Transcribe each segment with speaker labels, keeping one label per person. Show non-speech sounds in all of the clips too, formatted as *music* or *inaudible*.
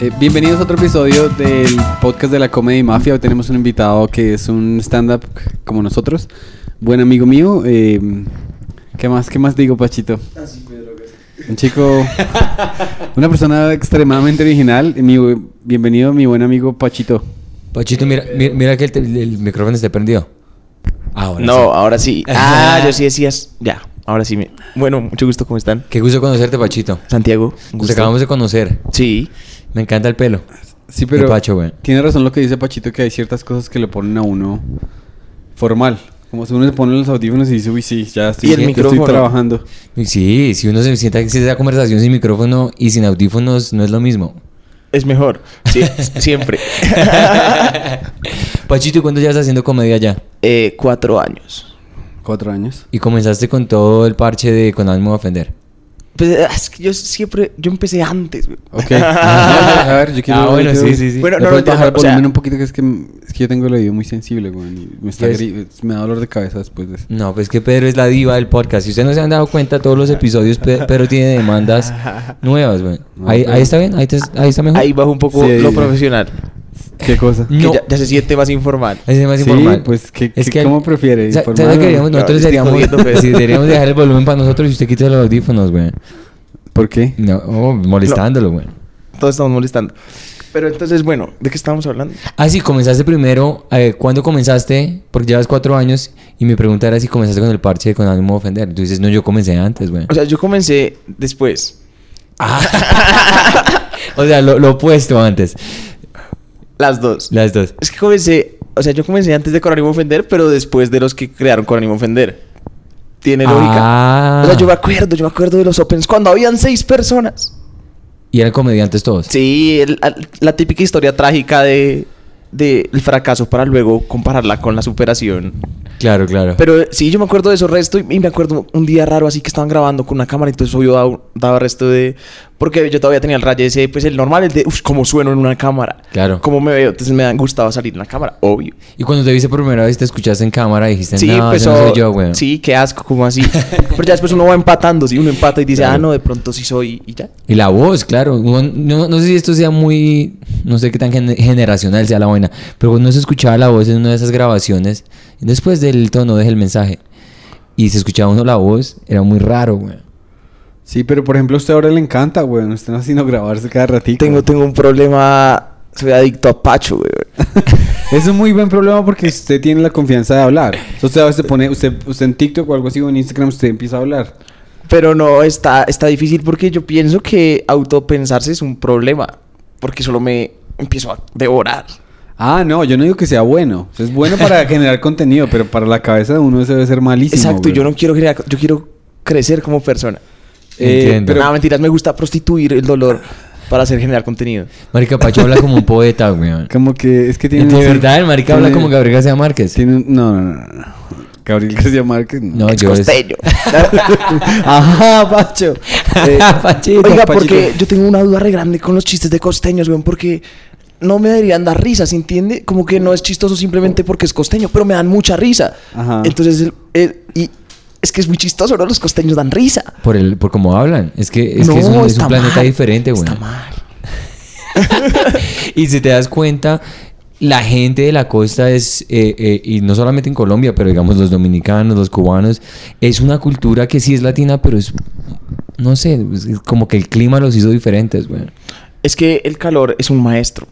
Speaker 1: Eh, bienvenidos a otro episodio del podcast de la Comedy Mafia. Hoy tenemos un invitado que es un stand-up como nosotros. Buen amigo mío. eh, ¿Qué más? ¿Qué más digo, Pachito?
Speaker 2: Ah,
Speaker 1: Un chico, una persona extremadamente original. Mi, bu- bienvenido, mi buen amigo Pachito.
Speaker 3: Pachito, mira, mi- mira que el, te- el micrófono está prendido. Ahora
Speaker 2: No,
Speaker 3: sí.
Speaker 1: *laughs*
Speaker 2: ahora sí. Ah, yo sí decías. Ya, ahora sí. me- Bueno, mucho gusto, ¿cómo están?
Speaker 3: Qué gusto conocerte, Pachito.
Speaker 2: Santiago. un
Speaker 3: Nos
Speaker 2: gusto.
Speaker 3: acabamos de conocer.
Speaker 2: Sí.
Speaker 3: Me encanta el pelo.
Speaker 1: Sí, pero
Speaker 3: De Pacho, güey.
Speaker 1: tiene razón lo que dice Pachito, que hay ciertas cosas que le ponen a uno formal. Como si uno se pone los audífonos y dice, uy, sí, ya estoy,
Speaker 2: Y el
Speaker 1: ya estoy
Speaker 2: micrófono.
Speaker 1: trabajando.
Speaker 3: Y Sí, si uno se sienta que esa conversación sin micrófono y sin audífonos no es lo mismo.
Speaker 2: Es mejor. Sí,
Speaker 1: *laughs*
Speaker 2: siempre.
Speaker 3: *laughs*
Speaker 2: *laughs*
Speaker 3: Pachito, ¿y ¿cuándo ya estás haciendo comedia ya?
Speaker 2: Eh, cuatro años.
Speaker 1: Cuatro años.
Speaker 3: Y comenzaste con todo el parche de con ánimo de ofender.
Speaker 2: Pues ah, es que yo siempre. Yo empecé antes, güey. *laughs*
Speaker 3: *laughs*
Speaker 1: Ok. Ah, a ver, yo quiero...
Speaker 3: Ah, bueno,
Speaker 1: yo quiero-
Speaker 3: sí, sí, sí.
Speaker 2: Bueno,
Speaker 1: De
Speaker 2: no,
Speaker 1: pronto
Speaker 2: no,
Speaker 1: bajar
Speaker 2: no,
Speaker 1: el
Speaker 2: o sea-
Speaker 1: volumen un poquito, que es que, es que yo tengo el oído muy sensible, güey. y Me, está
Speaker 3: Yes.
Speaker 1: gri- me da dolor de cabeza después de eso.
Speaker 3: No, pues que Pedro es la diva del podcast. Si ustedes no se han dado cuenta, todos los episodios Pe- Pedro tiene demandas nuevas, güey.
Speaker 1: No,
Speaker 3: Ahí,
Speaker 1: pero-
Speaker 3: ahí está bien, ahí, te- ahí está mejor.
Speaker 2: Ahí bajo un poco
Speaker 1: Sí.
Speaker 2: lo profesional.
Speaker 1: *laughs* ¿Qué cosa?
Speaker 3: No.
Speaker 2: Que ya, ya se siente más informal.
Speaker 3: Ahí se me hace
Speaker 1: Sí,
Speaker 3: informal.
Speaker 1: pues, ¿qué-
Speaker 3: Es
Speaker 1: qué-
Speaker 3: que al-
Speaker 1: cómo prefiere?
Speaker 3: O sea,
Speaker 1: ¿Informal
Speaker 3: ¿sabes
Speaker 1: o
Speaker 3: qué
Speaker 1: no?
Speaker 3: deberíamos?
Speaker 2: No,
Speaker 3: Nosotros
Speaker 2: estoy
Speaker 3: deberíamos,
Speaker 2: jodiendo, pues. Fede.
Speaker 3: sí, *laughs* deberíamos dejar el volumen para nosotros y usted quita los audífonos, güey.
Speaker 1: ¿Por qué?
Speaker 3: No, oh, molestándolo, güey.
Speaker 2: Todos estamos molestando. Pero entonces, bueno, ¿de qué estábamos hablando?
Speaker 3: Ah, sí, comenzaste primero. eh, ¿Cuándo comenzaste? Porque llevas cuatro años y mi pregunta era si comenzaste con el parche con ánimo de ofender. Tú dices, no, yo comencé antes, güey.
Speaker 2: O sea, yo comencé después.
Speaker 3: *laughs* Ah. o sea, lo, lo opuesto antes.
Speaker 2: Las dos.
Speaker 3: Las dos.
Speaker 2: Es que comencé, o sea, yo comencé antes de Con Ánimo Ofender, pero después de los que crearon Con Ánimo Ofender. Tiene lógica.
Speaker 3: Ah.
Speaker 2: O sea, yo me acuerdo, yo me acuerdo de los Opens cuando habían seis personas.
Speaker 3: Y eran comediantes todos.
Speaker 2: Sí, el- al- la típica historia trágica de, de el fracaso para luego compararla con la superación.
Speaker 3: Claro, claro.
Speaker 2: Pero eh, sí, yo me acuerdo de esos resto y, y me acuerdo un día raro así que estaban grabando con una cámara y entonces yo daba, daba resto de... Porque yo todavía tenía el rayo ese, pues el normal, el de, uff, cómo sueno en una cámara.
Speaker 3: Claro.
Speaker 2: Cómo me veo, entonces me gustaba salir en la cámara, obvio.
Speaker 3: y cuando te viste por primera vez, te escuchaste en cámara y dijiste,
Speaker 2: Sí,
Speaker 3: no,
Speaker 2: pues
Speaker 3: ese no
Speaker 2: oh,
Speaker 3: soy yo, güey.
Speaker 2: Sí, qué asco,
Speaker 3: *laughs*
Speaker 2: como así. Pero ya después uno va empatando, sí, uno empata y dice,
Speaker 3: Claro.
Speaker 2: ah, no, de pronto sí soy y ya.
Speaker 3: Y la voz, claro. No, no- no sé si esto sea muy. No sé qué tan gen- generacional sea la vaina. Pero cuando se escuchaba la voz en una de esas grabaciones, después del tono, deja el mensaje. Y se escuchaba uno la voz, era muy raro, güey.
Speaker 1: Sí, pero por ejemplo, a usted ahora le encanta, güey. No está haciendo grabarse cada ratito.
Speaker 2: Tengo, tengo un problema, soy adicto a Pacho, güey.
Speaker 1: *laughs*
Speaker 3: *laughs*
Speaker 1: Es un muy buen problema porque usted tiene la confianza de hablar. Entonces, usted a veces pone, usted, usted en TikTok o algo así, o en Instagram, usted empieza a hablar.
Speaker 2: Pero no, está, está difícil porque yo pienso que autopensarse es un problema. Porque solo me empiezo a devorar.
Speaker 1: Ah, no, yo no digo que sea bueno. Es bueno
Speaker 3: *laughs*
Speaker 1: para generar contenido, pero para la cabeza de uno eso debe ser malísimo.
Speaker 2: Exacto, y
Speaker 1: güey.
Speaker 2: yo no quiero crear, yo quiero crecer como persona.
Speaker 1: Eh,
Speaker 3: Entiendo.
Speaker 2: Pero
Speaker 1: pero-
Speaker 2: nada, mentiras, me gusta prostituir
Speaker 3: *laughs*
Speaker 2: el dolor para hacer generar contenido.
Speaker 3: Marica Pacho habla como un poeta,
Speaker 2: *laughs*
Speaker 3: güey.
Speaker 1: Como que es que
Speaker 3: De
Speaker 1: tiene.
Speaker 3: verdad, el marica habla
Speaker 1: tiene-
Speaker 3: como Gabriel García Márquez.
Speaker 1: Tiene un- no, no, no, no. Gabriel García Márquez. No.
Speaker 3: No,
Speaker 2: es
Speaker 3: yo es-
Speaker 2: *laughs* costeño.
Speaker 1: Ajá,
Speaker 3: *laughs*
Speaker 1: Pacho. Eh,
Speaker 3: Pachito.
Speaker 2: Oiga,
Speaker 1: Pachito.
Speaker 2: porque yo tengo una duda re grande con los chistes de costeños, weón, porque no me deberían dar risas, ¿entiende? Como que no es chistoso simplemente porque es costeño, pero me dan mucha risa.
Speaker 1: Ajá.
Speaker 2: Entonces, el- el- y es que es muy chistoso, ¿no? Los costeños dan risa.
Speaker 3: Por, el, por cómo hablan. Es que es,
Speaker 2: no,
Speaker 3: que es un, es
Speaker 2: está
Speaker 3: un planeta
Speaker 2: mal,
Speaker 3: diferente, güey.
Speaker 2: Está mal.
Speaker 3: *laughs* Y si te das cuenta, la gente de la costa es, eh, eh, y no solamente en Colombia, pero digamos los dominicanos, los cubanos, es una cultura que sí es latina, pero es, no sé, es- es como que el clima los hizo diferentes, güey.
Speaker 2: Es que el calor es un maestro.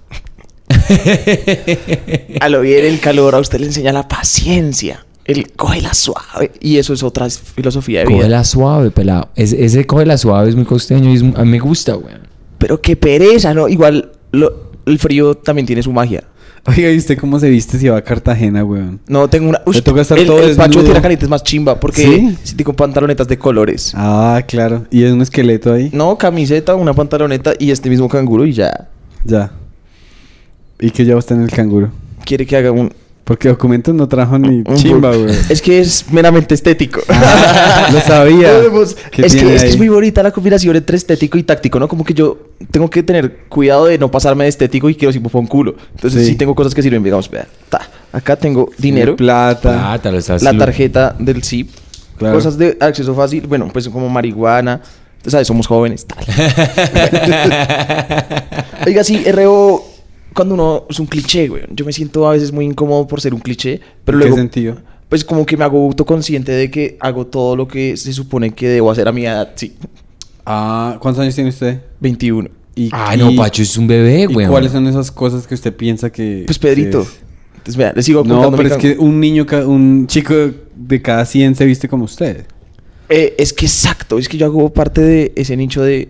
Speaker 2: A lo bien, el calor a usted le enseña la paciencia. El cógela suave. Y eso es otra filosofía de vida.
Speaker 3: Coge la suave, pelado. Es- ese coge la suave es muy costeño y es- a mí me gusta, güey.
Speaker 2: Pero qué pereza, ¿no? Igual lo- el frío también tiene su magia.
Speaker 1: Oiga, ¿y usted cómo se viste si va a Cartagena, weón?
Speaker 2: No, tengo una...
Speaker 1: Le toca estar
Speaker 2: el,
Speaker 1: todo
Speaker 2: el pacho
Speaker 1: desnudo.
Speaker 2: de Tiracanita es más chimba porque
Speaker 1: ¿Sí?
Speaker 2: si tengo pantalonetas de colores.
Speaker 1: Ah, claro. ¿Y es un esqueleto ahí?
Speaker 2: No, camiseta, una pantaloneta y este mismo canguro y ya.
Speaker 1: Ya. ¿Y que ya está en el canguro?
Speaker 2: Quiere que haga un...
Speaker 1: Porque documentos no trajo ni
Speaker 2: un-
Speaker 1: chimba,
Speaker 2: *laughs*
Speaker 1: güey.
Speaker 2: Es que es meramente estético.
Speaker 1: Ah, lo sabía.
Speaker 2: *laughs* Podemos-
Speaker 1: ¿Qué
Speaker 2: es,
Speaker 1: tiene
Speaker 2: que, es que
Speaker 1: ahí?
Speaker 2: es muy bonita la combinación entre estético y táctico, ¿no? Como que yo tengo que tener cuidado de no pasarme de estético y quiero si un culo. Entonces
Speaker 1: Sí.
Speaker 2: sí. tengo cosas que sirven. Digamos, vea, ta, acá tengo dinero.
Speaker 1: Plata.
Speaker 3: Plátalo, estás
Speaker 2: la
Speaker 3: lo-
Speaker 2: tarjeta del SIP,
Speaker 1: Claro.
Speaker 2: cosas de acceso fácil, bueno, pues como marihuana, Tú sabes, somos
Speaker 1: *laughs*
Speaker 2: jóvenes. Tal. Oiga, sí, RO, cuando uno es un cliché, güey. Yo me siento a veces muy incómodo por ser un cliché, pero
Speaker 1: ¿En qué
Speaker 2: luego.
Speaker 1: sentido?
Speaker 2: Pues como que me hago autoconsciente de que hago todo lo que se supone que debo hacer a mi edad. Sí,
Speaker 1: Ah, ¿cuántos años tiene usted?
Speaker 2: 21.
Speaker 1: ¿Y,
Speaker 3: Ah,
Speaker 1: y-
Speaker 3: no, Pacho es un bebé,
Speaker 1: ¿y
Speaker 3: güey.
Speaker 1: cuáles son esas cosas que usted piensa que...
Speaker 2: Pues Pedrito.
Speaker 1: que es?
Speaker 2: Entonces, vea, le sigo
Speaker 1: No,
Speaker 2: contando. mi
Speaker 1: pero es
Speaker 2: can-
Speaker 1: que un niño, ca- un chico de cada 100 se viste como usted.
Speaker 2: Eh, es que exacto, es que yo hago parte de ese nicho de,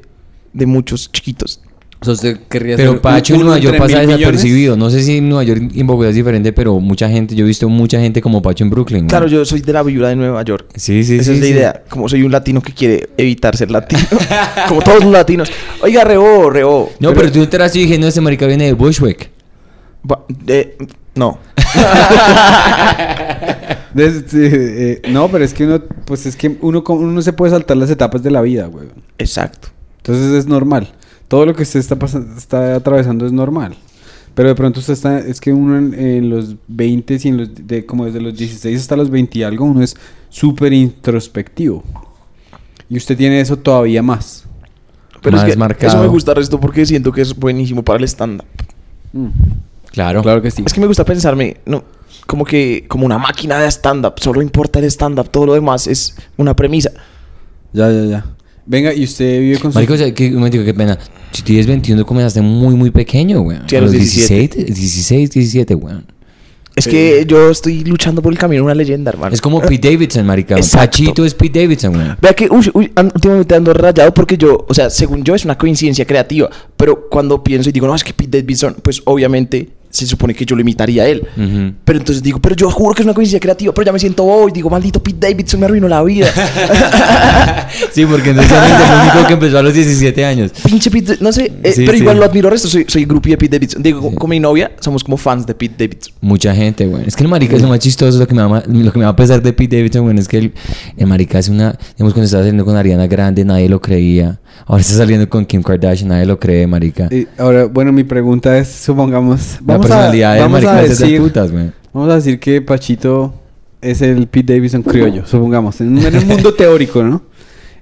Speaker 2: de muchos chiquitos.
Speaker 1: O sea, usted querría ser
Speaker 3: Pero
Speaker 1: un-
Speaker 3: Pacho en
Speaker 1: uno
Speaker 3: Nueva
Speaker 1: entre
Speaker 3: York pasa
Speaker 1: mil millones.
Speaker 3: desapercibido. No sé si en Nueva York y en Bogotá es diferente, pero mucha gente, yo he visto mucha gente como Pacho en Brooklyn. güey.
Speaker 2: Claro, yo soy de la vibra de Nueva York.
Speaker 3: Sí, sí,
Speaker 2: Esa
Speaker 3: sí,
Speaker 2: es la
Speaker 3: sí.
Speaker 2: idea. Como soy un latino que quiere evitar ser latino. *laughs* como todos los latinos. Oiga, rebo, rebo.
Speaker 3: No, pero, tú enteraste y dije, no, este marica viene de Bushwick.
Speaker 2: Ba- de-
Speaker 3: *laughs*
Speaker 2: no. *laughs*
Speaker 1: Des- eh, eh, no, pero es que uno, pues es que uno, co- uno no se puede saltar las etapas de la vida, güey.
Speaker 2: Exacto.
Speaker 1: Entonces es normal. Todo lo que usted está, pasan- está atravesando es normal. Pero de pronto usted está, es que uno en, en los 20 y en los, de, como desde los 16 hasta los 20 y algo, uno es súper introspectivo. Y usted tiene eso todavía más.
Speaker 2: Pero
Speaker 3: Más
Speaker 2: es que
Speaker 3: marcado.
Speaker 2: eso me gusta resto porque siento que es buenísimo para el stand
Speaker 1: Mm.
Speaker 3: Claro.
Speaker 1: Claro que sí.
Speaker 2: Es que me gusta pensarme, no, como que como una máquina de stand up, solo importa el stand up, todo lo demás es una premisa.
Speaker 1: Ya, ya, ya. Venga, y usted vive con
Speaker 3: Marico, o
Speaker 1: su...
Speaker 3: sea, qué, un momentico, qué pena. Si tienes 21, comenzaste muy, muy pequeño, güey.
Speaker 2: Sí, a los
Speaker 3: 16, 16, 17, güey.
Speaker 2: Es que yo estoy luchando por el camino de una leyenda, hermano.
Speaker 3: Es como Pete Davidson, marica.
Speaker 2: Exacto.
Speaker 3: Pachito es Pete Davidson, güey.
Speaker 2: *laughs* Vea que uy, uy, an- últimamente ando rayado porque yo, o sea, según yo es una coincidencia creativa, pero cuando pienso y digo, no, es que Pete Davidson, pues obviamente se supone que yo lo imitaría a él.
Speaker 3: Ujú. *laughs*
Speaker 2: Pero entonces digo, pero yo juro que es una coincidencia creativa, pero ya me siento hoy, digo, maldito Pete Davidson me arruinó
Speaker 1: *laughs*
Speaker 2: la vida.
Speaker 3: sí, porque entonces es el único que empezó a los 17 años.
Speaker 2: *laughs* Pinche Pete, no sé, eh,
Speaker 3: Sí,
Speaker 2: pero
Speaker 3: sí.
Speaker 2: igual lo admiro resto, soy, soy groupie de Pete Davidson. Digo, con mi novia somos como fans de Pete Davidson.
Speaker 3: Mucha gente, güey. Es que el marica es lo más chistoso, lo que me va, ma- lo que me va a pesar de Pete Davidson, güey, es que el, el marica es una... Digamos, cuando estaba saliendo con Ariana Grande, nadie lo creía. Ahora está saliendo con Kim Kardashian, nadie lo cree, marica.
Speaker 1: Eh, ahora, bueno, mi pregunta es, supongamos...
Speaker 3: La
Speaker 1: Vamos
Speaker 3: personalidad
Speaker 1: a,
Speaker 3: del
Speaker 1: vamos
Speaker 3: marica
Speaker 1: a
Speaker 3: es de
Speaker 1: decir...
Speaker 3: putas, güey.
Speaker 1: *laughs* Vamos a decir que Pachito es el Pete Davidson criollo, supongamos, en, un- en el
Speaker 3: *laughs*
Speaker 1: mundo teórico, ¿no?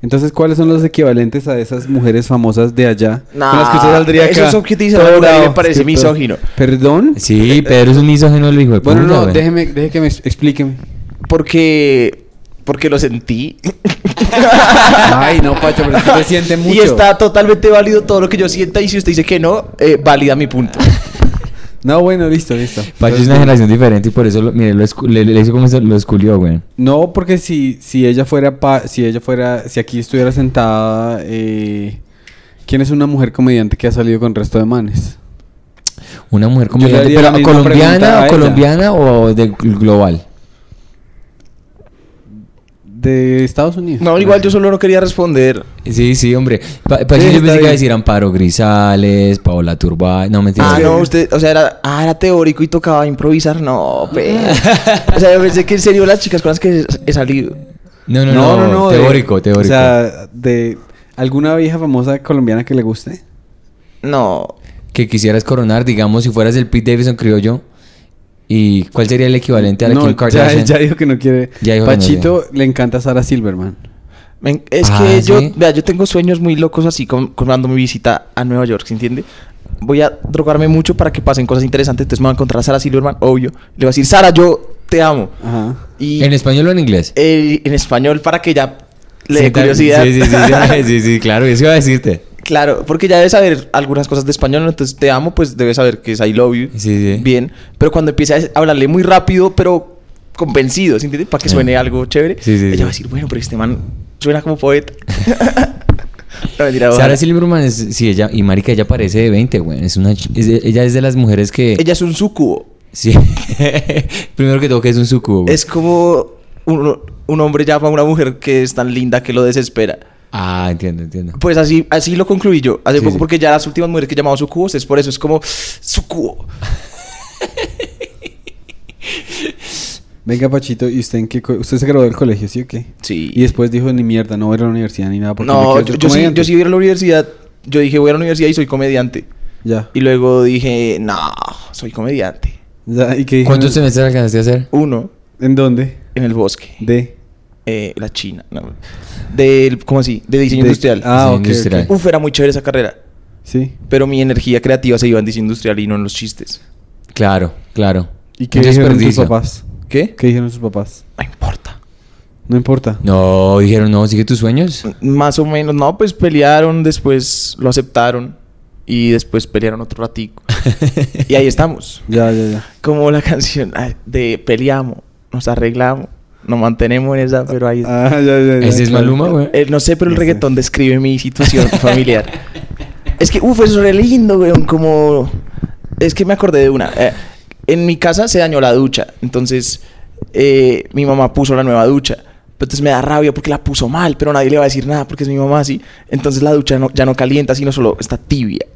Speaker 1: Entonces, ¿cuáles son los equivalentes a esas mujeres famosas de allá?
Speaker 2: Nah,
Speaker 1: con las que usted saldría acá.
Speaker 2: eso es objetivizador,
Speaker 1: Todo
Speaker 2: a mí me
Speaker 1: bravo.
Speaker 2: parece
Speaker 1: Sí, pero-
Speaker 2: misógino.
Speaker 1: ¿Perdón?
Speaker 3: Sí, Pedro es un misógino el hijo de
Speaker 1: Bueno,
Speaker 3: puta,
Speaker 1: no,
Speaker 3: güey.
Speaker 1: déjeme, déjeme que me ex- explíqueme.
Speaker 2: Porque, porque lo sentí.
Speaker 1: *laughs* Ay, no, Pacho, pero usted se siente mucho.
Speaker 2: *laughs* Y está totalmente válido todo lo que yo sienta. Y si usted dice que no, eh, válida
Speaker 1: *laughs*
Speaker 2: mi punto.
Speaker 1: No, bueno, listo, listo.
Speaker 3: Pacho es una generación diferente y por eso, lo- mire, lo escu- le, le hizo como se lo esculió, güey.
Speaker 1: No, porque si, si ella fuera pa- si ella fuera, si aquí estuviera sentada, eh, ¿quién es una mujer comediante que ha salido con resto de manes?
Speaker 3: Una mujer como
Speaker 1: Yo le haría la
Speaker 3: pero
Speaker 1: misma pregunta a
Speaker 3: colombiana,
Speaker 1: ella.
Speaker 3: colombiana o de gl- global.
Speaker 1: De Estados Unidos.
Speaker 2: No, igual yo solo no quería responder.
Speaker 3: Sí, sí, hombre. Pa Pacho
Speaker 1: Sí,
Speaker 3: yo
Speaker 1: está
Speaker 3: pensé que iba a
Speaker 1: bien.
Speaker 3: decir Amparo Grisales, Paola Turbay, no mentira.
Speaker 2: Ah,
Speaker 3: Sí.
Speaker 2: no, usted, o sea, era, ah, era teórico y tocaba improvisar. No, pe. O sea, yo pensé que en serio las chicas con las que he salido.
Speaker 3: No, no, no,
Speaker 1: de-
Speaker 3: teórico, teórico.
Speaker 1: eh, O sea, de alguna vieja famosa colombiana que le guste.
Speaker 2: No.
Speaker 3: que quisieras coronar, digamos, si fueras el Pete Davidson criollo, ¿y cuál sería el equivalente a la
Speaker 1: no,
Speaker 3: Kim Kardashian?
Speaker 1: Ya, ya dijo que no quiere.
Speaker 3: Ya dijo que no
Speaker 1: Pachito le encanta a Sara Silverman.
Speaker 2: Me- es
Speaker 3: Ah,
Speaker 2: que yo,
Speaker 3: ¿sí?
Speaker 2: vea, yo tengo sueños muy locos así con, con cuando mi visita a Nueva York, ¿se entiende? Voy a drogarme mucho para que pasen cosas interesantes. Entonces me va a encontrar a Sara Silverman, obvio. Le voy a decir, Sara, yo te amo.
Speaker 1: Ajá.
Speaker 2: Y
Speaker 3: ¿En español o en inglés?
Speaker 2: eh, en español para que ya le
Speaker 3: Sí,
Speaker 2: dé
Speaker 3: tal-
Speaker 2: curiosidad.
Speaker 3: Sí, sí,
Speaker 2: *laughs*
Speaker 3: sí, sí, sí, sí, claro, eso iba a decirte.
Speaker 2: Claro, porque ya debes saber algunas cosas de español, ¿no? entonces te amo, pues debes saber que es I love you.
Speaker 3: Sí, sí.
Speaker 2: Bien, pero cuando empiezas a hablarle muy rápido, pero convencido, ¿sí entiendes? Para que
Speaker 3: Sí.
Speaker 2: suene algo chévere.
Speaker 3: Sí, sí,
Speaker 2: Ella
Speaker 3: sí.
Speaker 2: va a decir, bueno, pero este man suena como poeta. *laughs* no, mentira,
Speaker 3: Sara
Speaker 2: ojalá.
Speaker 3: Silverman es, sí, ella, y marica, ella parece de 20, güey. Es una, ch- es de- ella es de las mujeres que...
Speaker 2: Ella es un sucubo.
Speaker 3: Sí. *laughs* Primero que todo, que es un sucubo, güey.
Speaker 2: Es como un, un hombre llama a una mujer que es tan linda que lo desespera.
Speaker 3: Ah, entiendo, entiendo.
Speaker 2: Pues así, así lo concluí yo. Hace
Speaker 3: Sí,
Speaker 2: poco,
Speaker 3: sí.
Speaker 2: porque ya las últimas mujeres que he llamado sucubos es por eso, es como
Speaker 3: *laughs*
Speaker 2: sucubo.
Speaker 1: Venga, Pachito, ¿y usted en qué co- usted se graduó del colegio, sí o qué?
Speaker 2: Sí.
Speaker 1: Y después dijo ni mierda, no voy a ir a la universidad ni nada porque
Speaker 2: No,
Speaker 1: me quiero
Speaker 2: yo,
Speaker 1: ser
Speaker 2: yo sí,
Speaker 1: comediante".
Speaker 2: yo sí iba a la universidad. Yo dije, voy a la universidad y soy comediante.
Speaker 1: Ya.
Speaker 2: Y luego dije, no, soy comediante.
Speaker 1: Ya, ¿y qué dijo?
Speaker 3: ¿Cuántos semestres alcanzaste a hacer?
Speaker 2: Uno,
Speaker 1: ¿En dónde?
Speaker 2: en el bosque.
Speaker 1: De
Speaker 2: eh, la China, no, del, ¿cómo así? De diseño
Speaker 1: De-
Speaker 2: industrial.
Speaker 1: Ah,
Speaker 3: Diseño
Speaker 1: ok, ok.
Speaker 3: industrial.
Speaker 2: Uf, era muy chévere esa carrera,
Speaker 1: Sí.
Speaker 2: pero mi energía creativa se iba en diseño industrial y no en los chistes.
Speaker 3: Claro, claro.
Speaker 1: ¿Y qué
Speaker 3: Un
Speaker 1: dijeron sus
Speaker 3: desperdicio.
Speaker 1: papás?
Speaker 2: ¿Qué?
Speaker 1: ¿Qué dijeron sus papás?
Speaker 2: No importa.
Speaker 1: No importa.
Speaker 3: No, dijeron, no, sigue tus sueños. *laughs*
Speaker 2: Más o menos, no, pues pelearon, después lo aceptaron y después pelearon otro ratico. y ahí estamos.
Speaker 1: Ya, ya, ya.
Speaker 2: Como la *laughs* canción ay, de peleamos, nos arreglamos, nos mantenemos en esa, pero ahí está.
Speaker 1: Ah, ya, ya, ya.
Speaker 3: ¿Ese es
Speaker 1: claro.
Speaker 3: Maluma, güey?
Speaker 2: Eh, no sé, pero el
Speaker 1: Ese.
Speaker 2: reggaetón describe
Speaker 3: *laughs*
Speaker 2: mi situación familiar. Es que, uff, es re lindo, weón, como... Es que me acordé de una. Eh, en mi casa se dañó la ducha, entonces eh, mi mamá puso la nueva ducha. Pero Entonces me da rabia porque la puso mal, pero nadie le va a decir nada porque es mi mamá así. Entonces la ducha no- ya no calienta, sino solo está tibia.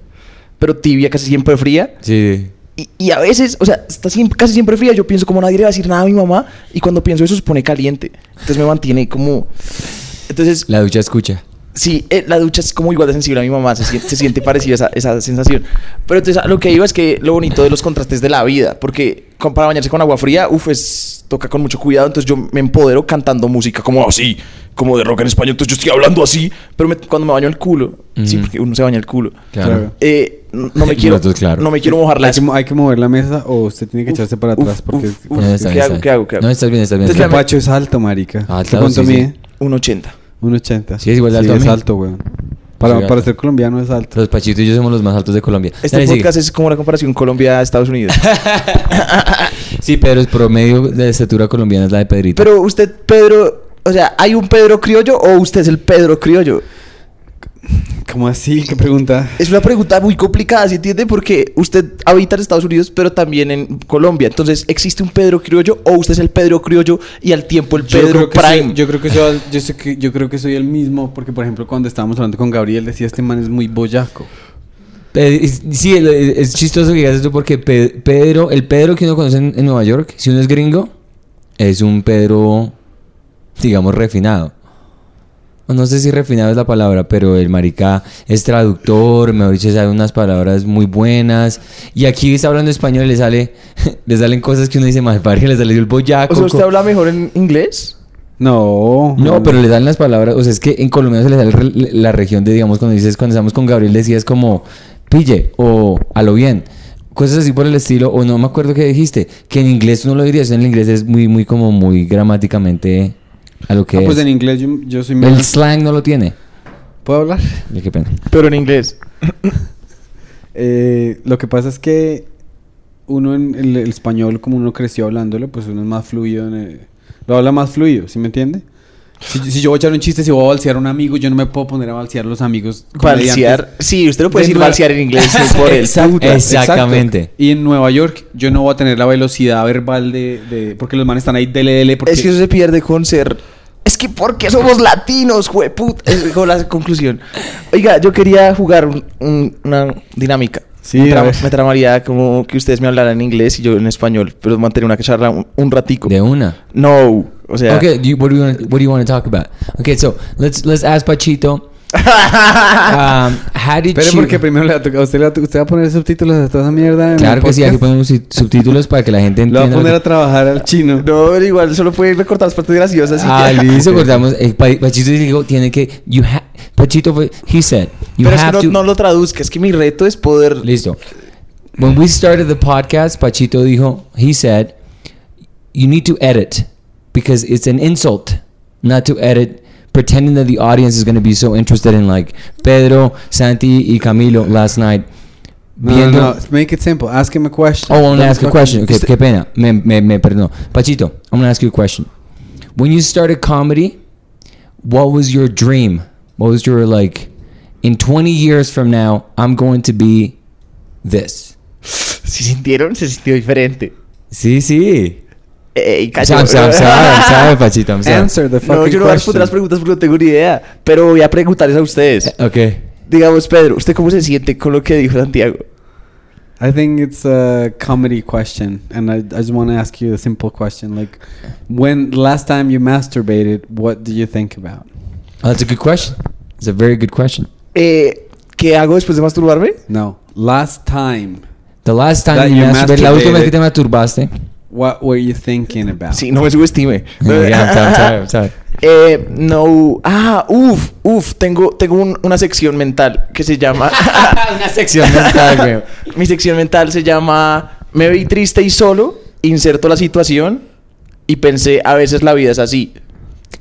Speaker 2: Pero tibia casi siempre fría.
Speaker 3: Sí.
Speaker 2: Y, y a veces, o sea, está siempre- casi siempre fría. Yo pienso como nadie le va a decir nada a mi mamá. Y cuando pienso eso se pone caliente. Entonces me mantiene como... Entonces,
Speaker 3: La ducha escucha.
Speaker 2: sí, eh, la ducha es como igual de sensible a mi mamá. Se siente, se siente parecida esa, esa sensación. Pero entonces a lo que iba es que lo bonito de los contrastes de la vida. Porque con- para bañarse con agua fría, uff, es, toca con mucho cuidado. Entonces yo me empodero cantando música como así. Como de rock en español. Entonces yo estoy hablando así. Pero me- cuando me baño el culo. Sí,
Speaker 3: Ujú.
Speaker 2: porque uno se baña el culo.
Speaker 3: Claro.
Speaker 1: Claro.
Speaker 2: eh, no
Speaker 3: *laughs*
Speaker 2: no me quiero,
Speaker 3: Nosotros, claro.
Speaker 2: no me quiero mojar la
Speaker 1: Hay que, mo- hay que mover la mesa o usted tiene que
Speaker 2: Uf,
Speaker 1: echarse para
Speaker 2: uf,
Speaker 1: atrás porque...
Speaker 2: uf, uf.
Speaker 1: porque-
Speaker 3: No, está
Speaker 2: ¿qué
Speaker 3: bien,
Speaker 2: hago?
Speaker 3: está
Speaker 2: ¿Qué
Speaker 3: bien.
Speaker 2: hago? ¿Qué hago?
Speaker 3: No, estás bien, estás bien.
Speaker 1: El
Speaker 3: estás bien.
Speaker 1: Pacho es alto, marica.
Speaker 3: Ah,
Speaker 1: ¿Usted
Speaker 3: claro,
Speaker 1: ¿Cuánto
Speaker 3: sí, sí.
Speaker 1: mide?
Speaker 2: 1.80.
Speaker 1: Un 80.
Speaker 3: Sí, es igualdad
Speaker 1: Sí,
Speaker 3: también.
Speaker 1: es alto, weón.
Speaker 3: Sí,
Speaker 1: Para,
Speaker 3: alto.
Speaker 1: para ser colombiano es alto.
Speaker 3: Los Pachito y yo somos los más altos de Colombia.
Speaker 2: Este
Speaker 3: Dale, sigue.
Speaker 2: podcast es como la comparación
Speaker 1: *laughs*
Speaker 2: Colombia-Estados Unidos. *laughs*
Speaker 3: Sí, pero el promedio de estatura colombiana es la de Pedrito.
Speaker 2: Pero usted, Pedro, o sea, ¿hay un Pedro criollo o usted es el Pedro criollo?
Speaker 1: ¿Cómo así? ¿Qué pregunta?
Speaker 2: Es una pregunta muy complicada, ¿sí entiende? Porque usted habita en Estados Unidos, pero también en Colombia. Entonces, ¿existe un Pedro criollo o usted es el Pedro criollo y al tiempo el Pedro Prime?
Speaker 1: yo creo que soy, yo, sé que- yo creo que soy el mismo porque por ejemplo cuando estábamos hablando con Gabriel decía este man es muy boyaco.
Speaker 3: Eh, es- sí, el- es, es chistoso que digas esto porque Pe- Pedro, el Pedro que uno conoce en, en Nueva York, si uno es gringo, es un Pedro, digamos, refinado. O No sé si refinado es la palabra, pero el marica es traductor, mejor dicho, sabe unas palabras muy buenas. Y aquí está hablando español y le, sale, *laughs* le salen cosas que uno dice mal, padre, le salió el boyaco.
Speaker 2: o sea, ¿usted
Speaker 3: co-
Speaker 2: habla mejor en inglés?
Speaker 1: No. Ah,
Speaker 3: no, pero le dan las palabras. O sea, es que en Colombia se le sale re- la región de, digamos, cuando dices, cuando estamos con Gabriel, decías como pille o a lo bien. Cosas así por el estilo, o no me acuerdo qué dijiste, que en inglés tú no lo dirías, en el inglés es muy, muy, como muy gramáticamente a lo que
Speaker 1: Ah, pues
Speaker 3: es.
Speaker 1: en inglés yo, yo soy
Speaker 3: El
Speaker 1: menos.
Speaker 3: slang no lo tiene.
Speaker 1: ¿Puedo hablar?
Speaker 3: Ay, Qué pena.
Speaker 2: Pero en inglés.
Speaker 1: Eh, lo que pasa es que uno en el, el español como uno creció hablándolo, pues uno es más fluido en el- lo habla más fluido, ¿sí me entiende? Si, si yo voy a echar un chiste, si voy a balsear a un amigo, yo no me puedo poner a balsear los amigos. comediantes.
Speaker 2: Balsear. Sí, usted no puede
Speaker 1: De
Speaker 2: decir
Speaker 1: nuevo.
Speaker 2: balsear en inglés no
Speaker 1: *laughs*
Speaker 2: por el
Speaker 1: Exacto,
Speaker 2: puta.
Speaker 3: Exactamente.
Speaker 1: exacto. Y en Nueva York yo no voy a tener la velocidad verbal de... de- porque los manes están ahí dele, dele, porque...
Speaker 2: Es que eso se pierde con ser. Es que porque somos latinos, jueput. Es como la conclusión. Oiga, yo quería jugar un- un- una dinámica.
Speaker 1: Sí,
Speaker 2: me,
Speaker 1: a
Speaker 2: tra-
Speaker 1: ver.
Speaker 2: me tramaría como que ustedes me hablaran en inglés y yo en español, pero mantener una charla un, un ratico.
Speaker 3: De una.
Speaker 2: No, o sea.
Speaker 3: Okay, you- what do you want? What do you want to talk about? Okay, so let's let's ask Pachito. um, how did
Speaker 1: Ah. Pero
Speaker 3: you-
Speaker 1: porque primero le va a tocar- usted, le va a to- usted va a poner subtítulos a toda esa mierda. en el
Speaker 3: Claro que sí, aquí
Speaker 1: podcast.
Speaker 3: ponemos sub- subtítulos para que la gente
Speaker 1: Lo
Speaker 3: entienda.
Speaker 1: va a
Speaker 3: lo
Speaker 1: poner
Speaker 3: que-
Speaker 1: a trabajar al chino.
Speaker 2: *laughs* *laughs* No, pero igual solo puede recortar las partes graciosas. y
Speaker 3: Ah,
Speaker 1: *laughs*
Speaker 2: ya.
Speaker 3: listo, cortamos. Eh, Pa- Pachito dijo, tiene que... You ha- Pachito fue... He said, you
Speaker 2: Pero es que
Speaker 3: have
Speaker 2: no,
Speaker 3: to...
Speaker 2: no lo traduzca, es que mi reto es poder.
Speaker 3: Listo. When we started the podcast, Pachito dijo, he said, you need to edit because it's an insult not to edit pretending that the audience is going to be so interested in like Pedro, Santi y Camilo last night.
Speaker 1: No, no,
Speaker 3: viendo-
Speaker 1: no. Make it simple. Ask him a question.
Speaker 3: Oh, I'm gonna
Speaker 1: Don't
Speaker 3: ask a
Speaker 1: fucking-
Speaker 3: question. Okay, qué pena. Me, me, me perdonó. Pachito, I'm gonna ask you a question. When you started comedy, what was your dream? What was your like? In 20 years from now, I'm going to be this.
Speaker 2: Si sintieron, se sintió diferente.
Speaker 3: Sí, sí.
Speaker 2: Ey,
Speaker 3: I'm
Speaker 2: cacho.
Speaker 3: sorry, I'm sorry, I'm
Speaker 2: *laughs*
Speaker 3: sorry, I'm sorry, Pachito. I'm sorry.
Speaker 1: Answer the fucking
Speaker 2: No, yo no voy a
Speaker 1: question.
Speaker 2: responder las preguntas porque no tengo ni idea. Pero voy a preguntarles a ustedes.
Speaker 3: Okay.
Speaker 2: Digamos, Pedro, ¿usted cómo se siente con lo que dijo Santiago?
Speaker 1: I think it's a comedy question, and I, I just want to ask you a simple question. Like, when last time you masturbated, what did you think about?
Speaker 3: Oh, that's a good question. It's a very good question.
Speaker 2: Eh, ¿Qué hago después de masturbarme?
Speaker 1: No, last time,
Speaker 3: The last time
Speaker 1: That
Speaker 3: you
Speaker 1: you
Speaker 3: masturbated, la última vez que
Speaker 1: masturbated.
Speaker 3: te masturbaste.
Speaker 1: what were you thinking about?
Speaker 2: Sí, no me subestime.
Speaker 3: Yeah, I'm sorry, I'm sorry, I'm sorry.
Speaker 2: *laughs* Eh, no. Ah, uff, uff. Tengo, tengo un- una sección mental que se llama.
Speaker 3: *laughs* Una sección mental, güey.
Speaker 2: Mi sección mental se llama Me vi triste y solo, inserto la situación y pensé, a veces la vida es así.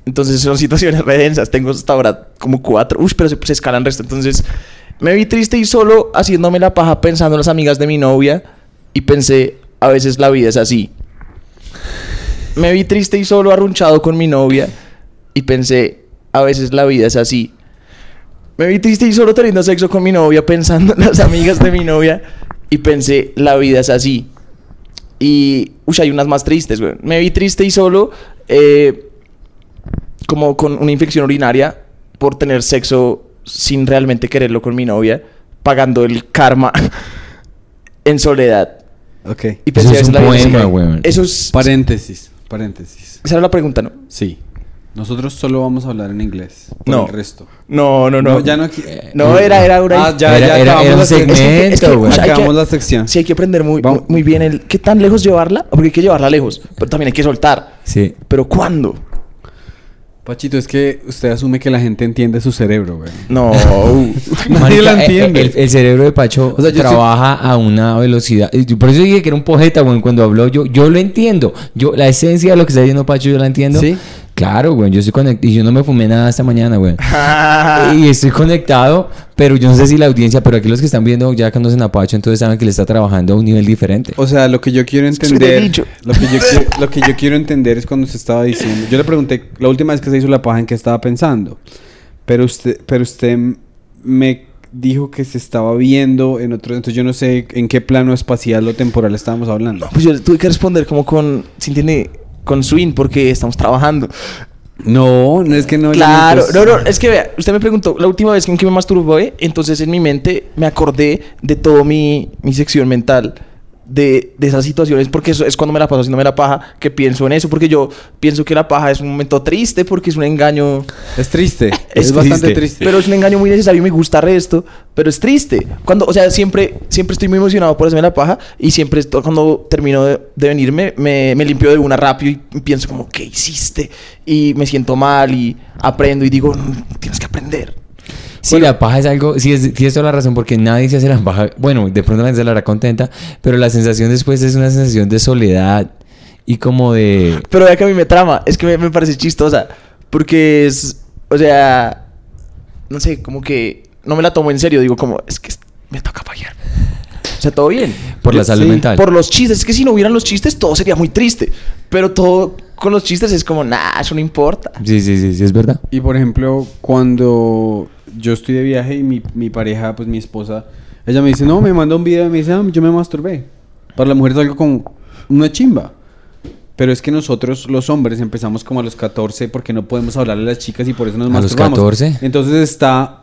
Speaker 2: Entonces son situaciones re densas, tengo hasta ahora como cuatro, uy, pero se, se escalan resto. Entonces me vi triste y solo haciéndome la paja pensando en las amigas de mi novia y pensé, a veces la vida es así. Me vi triste y solo arrunchado con mi novia y pensé, a veces la vida es así. Me vi triste y solo teniendo sexo con mi novia, pensando en las amigas de mi novia. Y pensé, la vida es así. Y, uy, hay unas más tristes, güey. Me vi triste y solo, eh, como con una infección urinaria, por tener sexo sin realmente quererlo con mi novia, pagando el karma *laughs* en soledad.
Speaker 1: Ok.
Speaker 2: Y pues,
Speaker 3: Eso es
Speaker 2: "A veces
Speaker 3: un
Speaker 2: la vida
Speaker 3: poema,
Speaker 2: así".
Speaker 3: güey.
Speaker 2: Eso es.
Speaker 1: Paréntesis, paréntesis.
Speaker 2: Esa era la pregunta, ¿no?
Speaker 1: Sí. Nosotros solo vamos a hablar en inglés. Por
Speaker 2: No.
Speaker 1: El resto.
Speaker 2: No, no, no.
Speaker 1: ya no. qui-
Speaker 2: No, era, era una.
Speaker 1: Ah, ya,
Speaker 3: Eh, Era-
Speaker 1: ya
Speaker 3: era-
Speaker 1: acabamos
Speaker 3: era un
Speaker 1: la sec-
Speaker 3: segmento,
Speaker 1: es que- es que-
Speaker 3: güey.
Speaker 1: o sea,
Speaker 2: hay que-
Speaker 1: Acabamos la sección.
Speaker 2: Sí, hay que aprender muy,
Speaker 1: Vamos.
Speaker 2: muy- muy bien el qué tan lejos llevarla, porque hay que llevarla lejos, pero también hay que soltar.
Speaker 3: Sí.
Speaker 2: Pero ¿cuándo?
Speaker 1: Pachito, es que usted asume que la gente entiende su cerebro, güey.
Speaker 3: *laughs*
Speaker 2: No. *laughs*
Speaker 1: *laughs* Nadie la
Speaker 3: Marica, eh,
Speaker 1: entiende.
Speaker 3: El, el cerebro de Pacho
Speaker 1: O sea, yo
Speaker 3: trabaja a una velocidad. y yo- Por eso dije que era un pojeta, güey. Cuando habló yo, yo lo entiendo. Yo, la esencia de lo que está diciendo Pacho, yo la entiendo.
Speaker 1: ¿Sí?
Speaker 3: Claro, güey. Yo estoy conectado. Y yo no me fumé nada esta mañana, güey.
Speaker 1: Ah.
Speaker 3: Y estoy conectado, pero yo no sé si la audiencia, pero aquí los que están viendo ya conocen a Pacho, entonces saben que le está trabajando a un nivel diferente.
Speaker 1: O sea, lo que yo quiero
Speaker 2: que soy de
Speaker 1: entender.
Speaker 2: bicho.
Speaker 1: Lo
Speaker 2: *laughs*
Speaker 1: que, yo quiero, lo que yo quiero entender es cuando usted estaba diciendo. Yo le pregunté la última vez que se hizo la paja en qué estaba pensando. Pero usted, pero usted me dijo que se estaba viendo en otro. Entonces yo no sé en qué plano espacial o temporal estábamos hablando.
Speaker 2: pues yo tuve que responder como con, ¿se entiende? Con swing, porque estamos trabajando.
Speaker 1: No, no es que no.
Speaker 2: claro,
Speaker 1: entonces-
Speaker 2: no, no, es que vea, usted me preguntó la última vez en que me masturbé, entonces en mi mente me acordé de todo mi, mi sección mental. De, de esas situaciones, porque eso es cuando me la paso haciéndome la paja, que pienso en eso, porque yo pienso que la paja es un momento triste, porque es un engaño
Speaker 1: Es triste.
Speaker 2: Es
Speaker 1: Es, bastante
Speaker 3: triste.
Speaker 1: triste.
Speaker 2: Pero es un engaño muy necesario, me gusta resto, pero es triste. Cuando, o sea, siempre, siempre estoy muy emocionado por hacerme la paja y siempre esto- cuando termino de, de venirme, me, me limpio de una rápido y pienso como, ¿qué hiciste? Y me siento mal y aprendo y digo, "Mm, tienes que aprender.
Speaker 3: Si la paja es algo, si es, si es toda la razón, porque nadie se hace la paja, bueno, de pronto la gente se la hará contenta, pero la sensación después es una sensación de soledad y como de...
Speaker 2: Pero vea que a mí me trama, es que me, me parece chistosa, porque es, o sea, no sé, como que no me la tomo en serio, digo como, es que es- me toca fallar. O sea, todo bien.
Speaker 3: Por la salud
Speaker 1: Sí,
Speaker 3: mental.
Speaker 2: Por los chistes. Es que si no hubieran los chistes, todo sería muy triste. Pero todo con los chistes es como, nah, eso no importa.
Speaker 3: Sí, sí, sí, sí, es verdad.
Speaker 1: Y por ejemplo, cuando yo estoy de viaje y mi, mi pareja, pues mi esposa, ella me dice, no, me manda un video y me dice, "Ah, yo me masturbé. Para la mujer es algo como una chimba. Pero es que nosotros los hombres empezamos como a los 14 porque no podemos hablarle a las chicas y por eso nos
Speaker 3: ¿A los
Speaker 1: masturbamos.
Speaker 3: 14?
Speaker 1: Entonces está...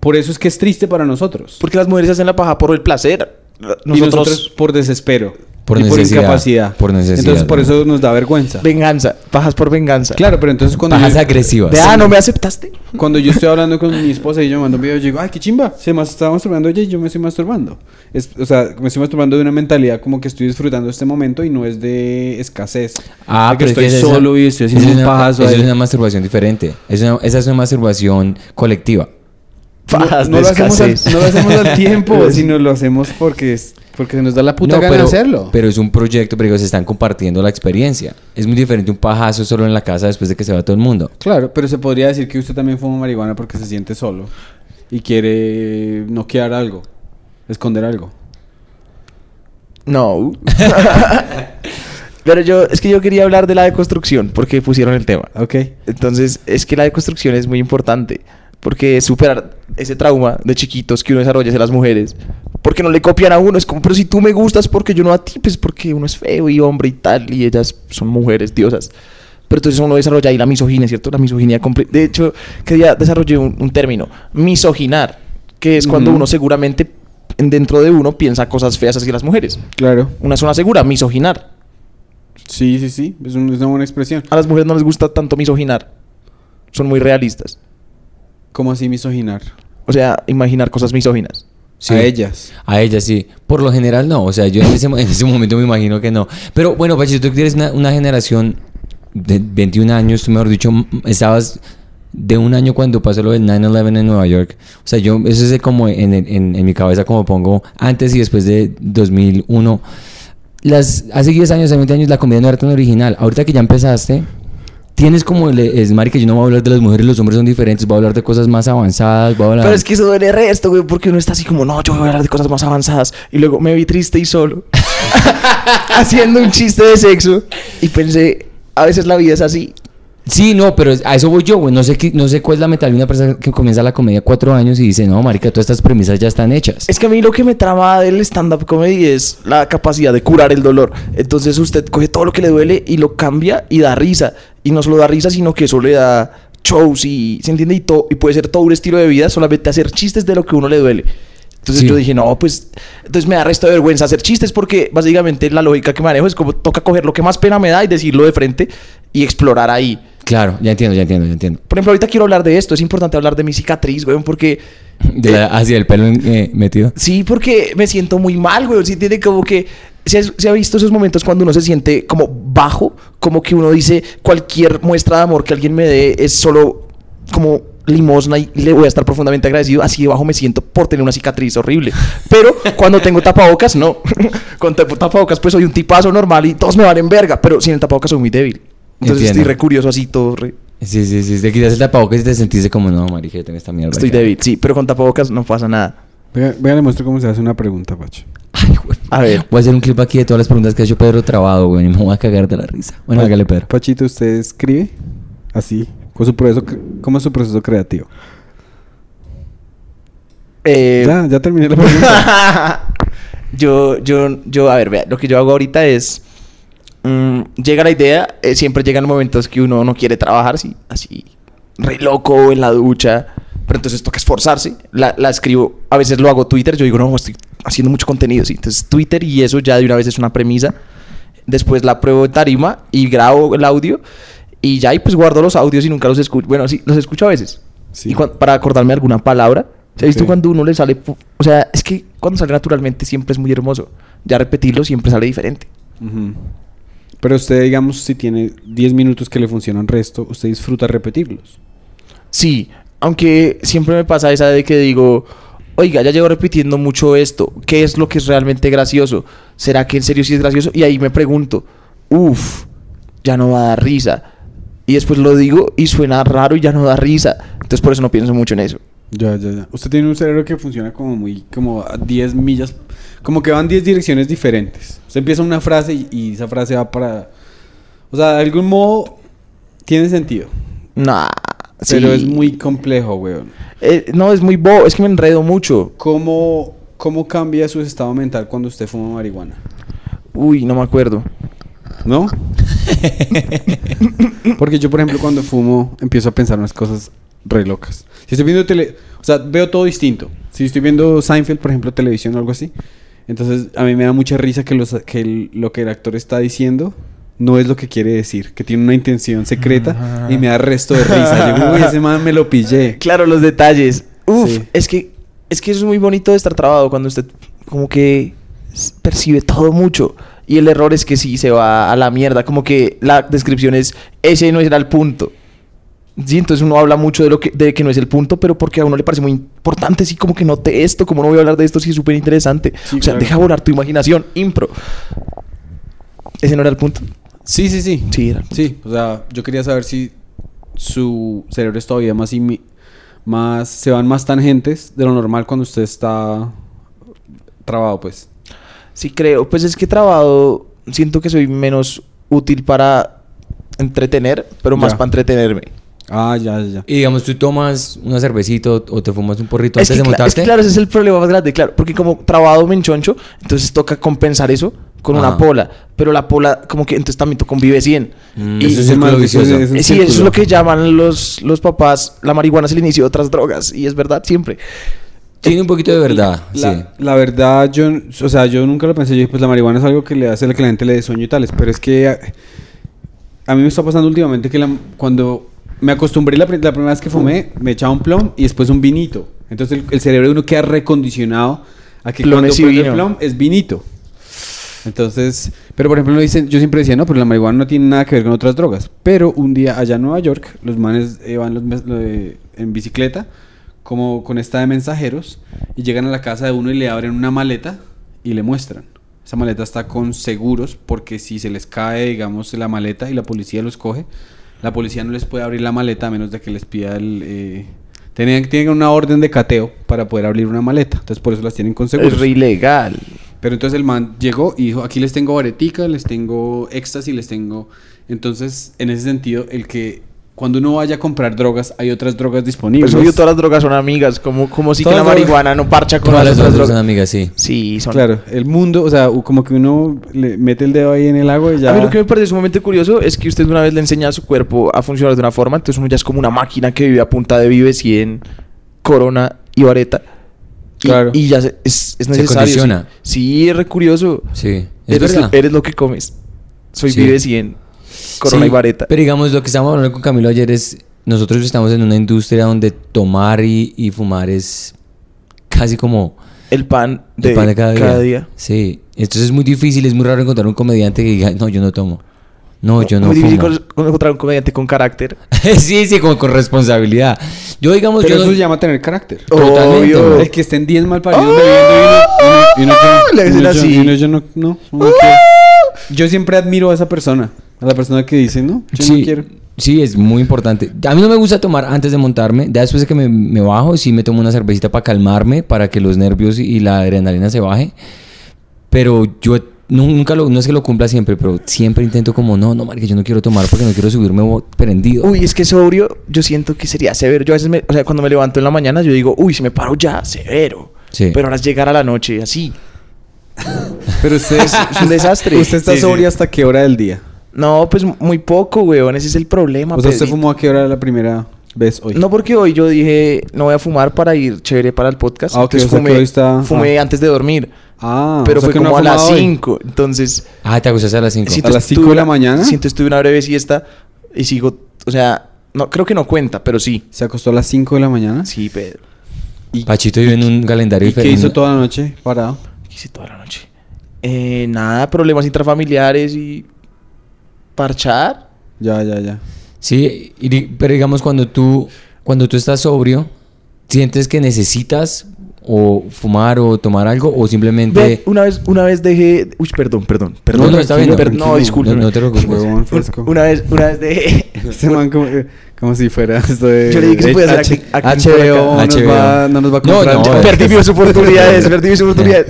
Speaker 1: Por eso es que es triste para nosotros.
Speaker 2: Porque las mujeres hacen la paja por el placer. Nosotros,
Speaker 1: y nosotros por desespero.
Speaker 3: Por
Speaker 1: y
Speaker 3: necesidad,
Speaker 1: por incapacidad.
Speaker 3: por necesidad,
Speaker 1: Entonces por
Speaker 3: ¿no?
Speaker 1: eso nos da vergüenza.
Speaker 2: venganza. Pajas por venganza.
Speaker 1: Claro, pero entonces cuando...
Speaker 3: Pajas
Speaker 1: yo-
Speaker 3: agresivas.
Speaker 2: De, ah, no me aceptaste.
Speaker 1: Cuando yo estoy hablando con mi esposa y yo mando un video, yo digo, ay, qué chimba, se me está masturbando ella y yo me estoy masturbando. Es, o sea, me estoy masturbando de una mentalidad como que estoy disfrutando este momento y no es de escasez.
Speaker 3: Ah,
Speaker 1: De que
Speaker 3: pero
Speaker 1: estoy
Speaker 3: es que esa-
Speaker 1: solo y estoy haciendo
Speaker 3: esa es
Speaker 1: un
Speaker 3: una-
Speaker 1: pajazo.
Speaker 3: esa
Speaker 1: ahí.
Speaker 3: es una masturbación diferente. Es una- esa es una masturbación colectiva.
Speaker 2: Pajas
Speaker 1: no,
Speaker 2: de
Speaker 1: lo hacemos al,
Speaker 2: escasez.
Speaker 1: no lo hacemos al
Speaker 3: *laughs*
Speaker 2: *laughs*
Speaker 1: tiempo, sino lo hacemos porque, es- porque se nos da la puta
Speaker 3: No,
Speaker 1: gana
Speaker 3: pero,
Speaker 1: de hacerlo.
Speaker 3: Pero es un proyecto, pero ellos están compartiendo la experiencia. Es muy diferente un pajazo solo en la casa después de que se va todo el mundo.
Speaker 1: claro, pero se podría decir que usted también fuma marihuana porque se siente solo y quiere noquear algo, esconder algo. *laughs*
Speaker 2: No. Pero yo, es que yo quería hablar de la deconstrucción, porque pusieron el tema.
Speaker 1: Ok.
Speaker 2: Entonces, es que la deconstrucción es muy importante. Porque es superar ese trauma de chiquitos que uno desarrolla hacia las mujeres. Porque no le copian a uno. Es como, pero si tú me gustas, porque yo no a ti, pues porque uno es feo y hombre y tal. Y ellas son mujeres, diosas. Pero entonces uno desarrolla ahí la misoginia, ¿cierto? La misoginia comple- De hecho, que día desarrollé un, un término. Misoginar. Que es cuando
Speaker 1: Ujú.
Speaker 2: uno seguramente, dentro de uno, piensa cosas feas hacia las mujeres.
Speaker 1: Claro.
Speaker 2: Una zona segura, misoginar.
Speaker 1: Sí, sí, sí. Es, un- es una buena expresión.
Speaker 3: Ah.
Speaker 2: A las mujeres no les gusta tanto misoginar. Son muy realistas.
Speaker 1: ¿Cómo así misoginar?
Speaker 2: O sea, imaginar cosas misóginas.
Speaker 3: Sí.
Speaker 1: A ellas.
Speaker 3: A ella sí. Por lo pues, general no. O sea, yo en ese, mo- en ese momento me imagino que no. Pero bueno, Pachi, tú tienes una, una generación de 21 años, tú mejor dicho, m- estabas de un año cuando pasó lo del 9-11 en Nueva York. O sea, yo, eso es de como en, en- en- en mi cabeza, como pongo antes y después de 2001. Las, hace 10 años, hace 20 años, la comida no era tan original. Ahorita que ya empezaste, tienes como el, es marica, yo no voy a hablar de las mujeres, los hombres son diferentes, voy a hablar de cosas más avanzadas, voy a hablar...
Speaker 2: Pero es que eso duele resto, güey, porque uno está así como, no, yo voy a hablar de cosas más avanzadas. Y luego me vi triste y solo, *laughs* haciendo un chiste de sexo. Y pensé, a veces la vida es así.
Speaker 3: Sí, no, pero es- a eso voy yo, güey. No sé, qué- no sé cuál es la mentalidad de una persona que comienza la comedia a cuatro años y dice, no, marica, todas estas premisas ya están hechas.
Speaker 2: Es que a mí lo que me trama del stand-up comedy es la capacidad de curar el dolor. Entonces usted coge todo lo que le duele y lo cambia y da risa. Y no solo da risa, sino que eso le da shows y, ¿se entiende? Y, to- y puede ser todo un estilo de vida solamente hacer chistes de lo que uno le duele. Entonces
Speaker 3: Sí.
Speaker 2: yo dije, no, pues, entonces me da resto de vergüenza hacer chistes porque básicamente la lógica que manejo es como toca coger lo que más pena me da y decirlo de frente y explorar ahí.
Speaker 3: Claro, ya entiendo, ya entiendo, ya entiendo.
Speaker 2: Por ejemplo, ahorita quiero hablar de esto, es importante hablar de mi cicatriz, weón, porque
Speaker 3: De la- así el pelo en- eh, metido.
Speaker 2: Sí, porque me siento muy mal, güey. Sí, tiene como que. ¿Se ha, se ha visto esos momentos cuando uno se siente como bajo? Como que uno dice, cualquier muestra de amor que alguien me dé es solo como limosna y le voy a estar profundamente agradecido. Así de bajo me siento por tener una cicatriz horrible. Pero cuando tengo tapabocas, no. *laughs* Cuando tengo tapabocas, pues soy un tipazo normal y todos me valen verga. Pero sin el tapabocas soy muy débil. Entonces
Speaker 3: Entiendo.
Speaker 2: estoy recurioso así, todo. re-
Speaker 3: Sí, sí, sí. Te quitas el tapabocas y te sentiste como, no, marica, yo tengo esta mierda.
Speaker 2: Estoy
Speaker 3: acá".
Speaker 2: débil, sí. Pero con tapabocas no pasa nada.
Speaker 1: Venga, venga, le muestro cómo se hace una pregunta, Pacho.
Speaker 3: Ay, güey.
Speaker 2: A ver.
Speaker 3: Voy a hacer un clip aquí de todas las preguntas que ha hecho Pedro trabado, güey. Y me voy a cagar de la risa. Bueno,
Speaker 1: Pa-
Speaker 3: hágale,
Speaker 2: Pues,
Speaker 3: Pedro.
Speaker 1: Pachito, ¿usted escribe? Así. ¿Cómo es su proceso, cre- cómo es su proceso creativo?
Speaker 2: eh,
Speaker 1: ya, ya terminé la pregunta.
Speaker 2: *laughs* yo, yo, yo, a ver, vea, lo que yo hago ahorita es. mm, llega la idea, eh, siempre llegan momentos que uno no quiere trabajar, sí, así, re loco en la ducha. Pero entonces toca esforzarse. La, la escribo, a veces lo hago Twitter, yo digo, no, estoy haciendo mucho contenido, sí. Entonces Twitter y eso ya de una vez es una premisa. Después la pruebo en tarima y grabo el audio. Y ya ahí pues guardo los audios y nunca los escucho. Bueno, sí, los escucho a veces.
Speaker 1: Sí.
Speaker 2: Y cuan- para acordarme alguna palabra. ¿Se ha visto
Speaker 1: Ok.
Speaker 2: cuando uno le sale? pu- O sea, es que cuando sale naturalmente siempre es muy hermoso. Ya repetirlo siempre sale diferente.
Speaker 1: Ujú. Pero usted, digamos, si tiene 10 minutos que le funcionan resto, usted disfruta repetirlos.
Speaker 2: Sí, aunque siempre me pasa esa de que digo, oiga, ya llevo repitiendo mucho esto. ¿Qué es lo que es realmente gracioso? ¿Será que en serio sí es gracioso? Y ahí me pregunto, uff, ya no va a dar risa. Y después lo digo y suena raro y ya no da risa. Entonces por eso no pienso mucho en eso.
Speaker 1: Ya, ya, ya. Usted tiene un cerebro que funciona como muy, como a 10 millas, como que van 10 direcciones diferentes. Usted empieza una frase y, y esa frase va para... O sea, de algún modo tiene sentido.
Speaker 2: Nah,
Speaker 1: Pero
Speaker 2: sí.
Speaker 1: es muy complejo, weón.
Speaker 2: Eh, no, es muy bobo, es que me enredo mucho.
Speaker 1: ¿Cómo, ¿Cómo cambia su estado mental cuando usted fuma marihuana?
Speaker 2: Uy, no me acuerdo.
Speaker 1: ¿No? Porque yo, por ejemplo, cuando fumo, empiezo a pensar unas cosas re locas. Si estoy viendo tele... O sea, veo todo distinto. Si estoy viendo Seinfeld, por ejemplo, televisión o algo así. Entonces, a mí me da mucha risa que, los, que el- lo que el actor está diciendo no es lo que quiere decir. Que tiene una intención secreta y me da resto de risa. Yo, uy, ese man me lo pillé.
Speaker 2: Eh, Claro, los detalles. Uf,
Speaker 1: Sí.
Speaker 2: es que es que eso es muy bonito de estar trabado cuando usted como que s- percibe todo mucho. Y el error es que sí se va a la mierda. Como que la descripción es ese no era el punto. Sí, entonces uno habla mucho de lo que, de que no es el punto, pero porque a uno le parece muy importante, sí, como que note esto, como no voy a hablar de esto, sí es súper interesante.
Speaker 1: Sí,
Speaker 2: o sea,
Speaker 1: claro.
Speaker 2: deja volar tu imaginación, impro. Ese no era el punto.
Speaker 1: Sí, sí, sí.
Speaker 2: Sí, era el punto.
Speaker 1: Sí, o sea, yo quería saber si su cerebro es todavía más, imi- más se van más tangentes de lo normal cuando usted está trabado, pues.
Speaker 2: Sí, creo. Pues es que he trabajado. Siento que soy menos útil para entretener, pero más
Speaker 1: Ya.
Speaker 2: para entretenerme.
Speaker 1: Ah, ya, ya, ya.
Speaker 3: Y digamos, tú tomas una cervecita o o te fumas un porrito
Speaker 2: Es
Speaker 3: antes de
Speaker 2: que, cla- es
Speaker 3: montarte.
Speaker 2: que, claro, ese es el problema más grande, claro. Porque como trabado me enchoncho, entonces toca compensar eso con una
Speaker 3: Ajá.
Speaker 2: pola. Pero la pola, como que entonces también tú convives 100.
Speaker 3: Mm,
Speaker 2: Y-
Speaker 3: eso es
Speaker 1: Ese
Speaker 3: un
Speaker 1: man-
Speaker 3: círculo
Speaker 1: ese-
Speaker 3: vicioso.
Speaker 1: ese- un
Speaker 2: Eh, sí, eso es
Speaker 1: círculo.
Speaker 2: lo que llaman los, los papás. La marihuana es el inicio de otras drogas. Y es verdad, siempre.
Speaker 3: Tiene un poquito de verdad,
Speaker 1: La,
Speaker 3: sí.
Speaker 1: la verdad, yo, o sea, yo nunca lo pensé. Yo, pues la marihuana es algo que le hace que la gente le dé sueño y tales, pero es que a, a mí me está pasando últimamente que la- cuando me acostumbré la, pri- la primera vez que fumé, me echaba un plom y después un vinito. Entonces el, el cerebro de uno queda recondicionado a que
Speaker 2: Plomes
Speaker 1: cuando
Speaker 2: y
Speaker 1: prende el
Speaker 2: vino.
Speaker 1: plom es vinito. Entonces, Pero por ejemplo, lo dicen, yo siempre decía, no, pero la marihuana no tiene nada que ver con otras drogas. Pero un día allá en Nueva York, los manes eh, van los mes- lo de- en bicicleta, como con esta de mensajeros, y llegan a la casa de uno y le abren una maleta y le muestran. Esa maleta está con seguros porque si se les cae, digamos, la maleta y la policía los coge, la policía no les puede abrir la maleta a menos de que les pida el... eh, tenían, tienen una orden de cateo para poder abrir una maleta. Entonces por eso las tienen con seguros.
Speaker 2: Es re ilegal.
Speaker 1: Pero entonces el man llegó y dijo, aquí les tengo varetica, les tengo éxtasis, les tengo... Entonces, en ese sentido, el que cuando uno vaya a comprar drogas, hay otras drogas disponibles.
Speaker 2: Pues obvio, todas las drogas son amigas. Como, como si que
Speaker 3: Todas
Speaker 2: la
Speaker 3: las drogas-
Speaker 2: marihuana no parcha con
Speaker 3: Todas
Speaker 2: las
Speaker 3: las
Speaker 2: otras
Speaker 3: otras
Speaker 2: drogas.
Speaker 3: amigas, sí.
Speaker 2: Sí, son.
Speaker 1: Claro, el mundo, o sea, u- como que uno le mete el dedo ahí en el agua y ya...
Speaker 2: A mí lo que me parece sumamente curioso es que usted una vez le enseña a su cuerpo a funcionar de una forma, entonces uno ya es como una máquina que vive a punta de vive 100, corona y vareta. Y,
Speaker 1: Claro.
Speaker 2: y ya se- es, es
Speaker 3: Se
Speaker 2: necesario.
Speaker 3: condiciona.
Speaker 2: Sí, sí, es re curioso.
Speaker 3: Sí. Es
Speaker 2: Eres,
Speaker 3: verdad.
Speaker 2: eres lo que comes. Soy
Speaker 3: Sí.
Speaker 2: vive 100, corona
Speaker 3: Sí,
Speaker 2: y vareta.
Speaker 3: Pero digamos, lo que estábamos hablando con Camilo ayer es, nosotros estamos en una industria donde tomar y, y fumar es casi como
Speaker 2: el pan de,
Speaker 3: el pan de cada, día.
Speaker 2: día.
Speaker 3: Sí, entonces es muy difícil, es muy raro encontrar un comediante que diga, no, yo no tomo. No, yo no
Speaker 2: Muy difícil
Speaker 3: fumo.
Speaker 2: con- encontrar un comediante con carácter.
Speaker 3: *laughs* sí, sí, como con responsabilidad. Yo digamos,
Speaker 1: Pero
Speaker 3: yo
Speaker 1: eso
Speaker 3: no-
Speaker 1: se llama tener carácter.
Speaker 3: Totalmente.
Speaker 2: Obvio.
Speaker 1: El que estén 10 mal paridos
Speaker 2: ¡Oh!
Speaker 1: bebiendo y uno- y uno- y uno-
Speaker 2: Ah, Le dicen
Speaker 1: y uno-
Speaker 2: así. Ah.
Speaker 1: y uno- yo no, no, uno quiere. Yo siempre admiro a esa persona, a la persona que dice, no, yo
Speaker 3: sí,
Speaker 1: no quiero.
Speaker 3: sí, es muy importante. A mí no me gusta tomar antes de montarme. Ya después de que me, me bajo, sí me tomo una cervecita para calmarme, para que los nervios y la adrenalina se baje. Pero yo nu- nunca lo, no es que lo cumpla siempre, pero siempre intento como, no, no, marica, yo no quiero tomar porque no quiero subirme bo- prendido.
Speaker 2: Uy, es que sobrio, yo siento que sería severo. Yo a veces, me- o sea, cuando me levanto en la mañana, yo digo, uy, si me paro ya, severo.
Speaker 3: Sí.
Speaker 2: Pero ahora es llegar a la noche, así.
Speaker 1: Pero usted
Speaker 2: *laughs* Es un desastre.
Speaker 1: ¿Usted está
Speaker 2: Sí, sí.
Speaker 1: sobria hasta qué hora del día?
Speaker 2: No, pues muy poco, weón. Ese es el problema.
Speaker 1: O sea, ¿usted
Speaker 2: Pedrito.
Speaker 1: fumó a qué hora la primera vez hoy?
Speaker 2: No, porque hoy yo dije, no voy a fumar para ir chévere para el podcast.
Speaker 1: Ah, ok, o sea, que
Speaker 2: fumé,
Speaker 1: hoy está-
Speaker 2: fumé
Speaker 1: ah.
Speaker 2: antes de dormir.
Speaker 1: Ah,
Speaker 2: pero
Speaker 1: o sea
Speaker 2: fue
Speaker 1: que no
Speaker 2: como
Speaker 1: ha
Speaker 2: a las
Speaker 1: fumado hoy.
Speaker 2: 5. Entonces,
Speaker 3: Ah, te acusaste a las 5.
Speaker 1: Sí,
Speaker 2: entonces
Speaker 1: las cinco de
Speaker 2: tuve
Speaker 1: la
Speaker 2: una-
Speaker 1: mañana?
Speaker 2: Sí, entonces tuve una breve siesta y sigo, o sea, no, creo que no cuenta, pero sí.
Speaker 1: Se acostó a las 5 de la mañana.
Speaker 2: Sí, Pedro.
Speaker 3: Pachito vive en un calendario
Speaker 1: ¿Y qué
Speaker 3: diferente.
Speaker 1: hizo toda la noche parado?
Speaker 2: ¿Qué hice toda la noche? Eh, nada, problemas intrafamiliares y parchar.
Speaker 1: Ya, ya, ya.
Speaker 3: Sí, y di- pero digamos cuando tú cuando tú estás sobrio, sientes que necesitas o fumar o tomar algo o simplemente
Speaker 2: Ve, una vez, una vez dejé, uy, perdón, perdón, perdón.
Speaker 3: No, no, está bien,
Speaker 2: Per-
Speaker 3: tranquilo.
Speaker 2: no, discúlpeme.
Speaker 3: No, no te
Speaker 2: *laughs*
Speaker 3: preocupes.
Speaker 1: Huevón fresco.
Speaker 2: Una vez, una vez dejé.
Speaker 1: Este man como, como si fuera esto de...
Speaker 2: Yo le dije que se podía hacer
Speaker 1: H-
Speaker 2: aquí- aquí en
Speaker 1: HBO,
Speaker 3: Boyacá.
Speaker 1: no nos va- no nos va a comprar.
Speaker 3: *laughs* No,
Speaker 1: Este
Speaker 3: no,
Speaker 1: Ya
Speaker 3: eh.
Speaker 2: perdí
Speaker 3: *laughs*
Speaker 2: mis oportunidades, perdí mis oportunidades.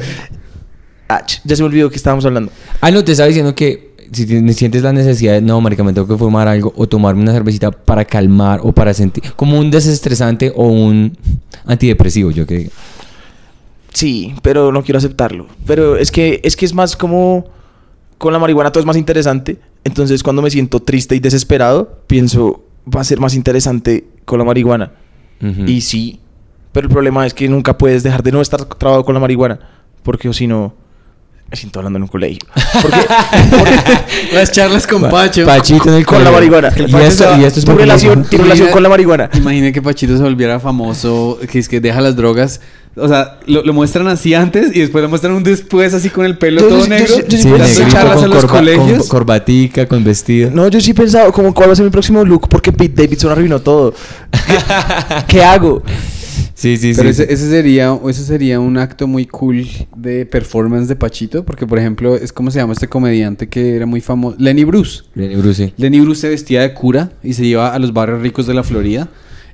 Speaker 2: Ah, ch- ya se me olvidó que estábamos hablando.
Speaker 3: Ah, no, te estaba diciendo que si tienes- sientes la necesidad de, no, marica, me tengo que fumar algo o tomarme una cervecita para calmar o para sentir, como un desestresante o un antidepresivo, yo que
Speaker 2: Sí, pero no quiero aceptarlo. Pero es que es que es más como con la marihuana todo es más interesante. Entonces, cuando me siento triste y desesperado, pienso va a ser más interesante con la marihuana.
Speaker 3: Ujú.
Speaker 2: Y sí, pero el problema es que nunca puedes dejar de no estar trabado con la marihuana, porque o si no me siento hablando en un colegio. Porque,
Speaker 1: *laughs*
Speaker 2: porque-
Speaker 1: Las charlas con
Speaker 3: Pa-
Speaker 1: Pacho.
Speaker 3: Pachito en el
Speaker 2: con la
Speaker 3: colegio.
Speaker 2: marihuana.
Speaker 3: Y esto, y esto es
Speaker 2: tu
Speaker 3: porque-
Speaker 2: relación, tu relación con la marihuana.
Speaker 1: Imaginé que Pachito se volviera famoso, que es que deja las drogas. O sea, lo, lo muestran así antes y después lo muestran un después así con el pelo
Speaker 2: Yo-
Speaker 1: todo
Speaker 2: yo-
Speaker 1: negro.
Speaker 2: yo- yo-
Speaker 3: Sí,
Speaker 2: Las
Speaker 3: negrito,
Speaker 1: charlas
Speaker 3: con,
Speaker 1: en los
Speaker 3: corba- con
Speaker 1: colegios.
Speaker 3: corbatica, con vestido.
Speaker 2: No, yo sí he pensado como cuál va a ser mi próximo look porque Pete Davidson arruinó todo. ¿Qué hago?
Speaker 3: Sí, sí,
Speaker 1: Pero
Speaker 3: sí.
Speaker 1: ese, ese sería, ese sería un acto muy cool de performance de Pachito, porque por ejemplo es como se llama este comediante que era muy famoso, Lenny Bruce. *laughs*
Speaker 3: Lenny Bruce.
Speaker 1: Lenny Bruce se vestía de cura y se iba a los barrios ricos de la Florida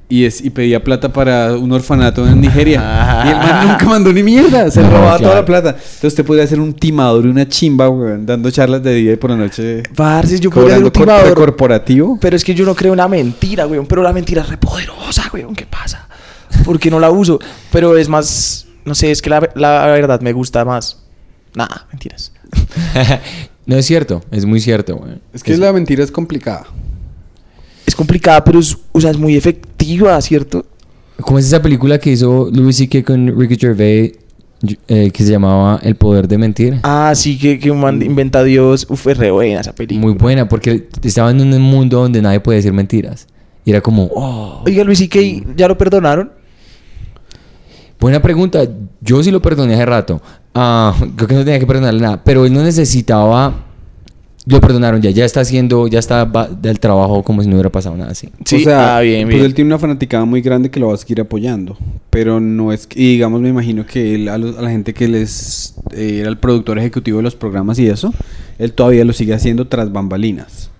Speaker 1: y, es, y pedía plata para un orfanato en Nigeria. Y el man nunca mandó ni mierda, se
Speaker 3: No,
Speaker 1: robaba toda
Speaker 3: claro.
Speaker 1: la plata. Entonces te podía hacer un timador, una chimba, weón, dando charlas de día y por la noche.
Speaker 2: Parce, yo podría ser
Speaker 1: cobrando
Speaker 2: un
Speaker 1: cor-
Speaker 2: timador.
Speaker 1: corporativo.
Speaker 2: Pero es que yo no creo en la mentira, weón. Pero la mentira es repoderosa, weón. ¿Qué pasa? Porque no la uso. Pero es más. No sé, es que la, la verdad me gusta más. Nada, mentiras.
Speaker 3: no es cierto, es muy cierto, güey.
Speaker 1: Es que la mentira es complicada.
Speaker 2: Es complicada, pero es, o sea, es muy efectiva, ¿cierto?
Speaker 3: ¿Cómo es esa película que hizo Louis C.K. con Ricky Gervais eh, que se llamaba El Poder de Mentir?
Speaker 2: Ah, sí, que, que un man inventa a Dios. Uf, es re buena esa película.
Speaker 3: Muy buena, porque estaba en un mundo donde nadie puede decir mentiras. Y era como, oh.
Speaker 2: Oiga, Luis, ¿y qué? ¿Ya lo perdonaron?
Speaker 3: Buena pregunta. *laughs* Yo sí lo perdoné hace rato. Ah, creo que no tenía que perdonarle nada. Pero él no necesitaba Lo perdonaron ya, ya está haciendo, ya está va- del trabajo como si no hubiera pasado nada así.
Speaker 2: Sí,
Speaker 1: o sea,
Speaker 2: ah, bien,
Speaker 1: pues
Speaker 2: bien.
Speaker 1: él tiene una fanaticada muy grande que lo va a seguir apoyando. Pero no es que, y digamos, me imagino que él, a, los- a la gente que les eh, era el productor ejecutivo de los programas y eso, él todavía lo sigue haciendo tras bambalinas.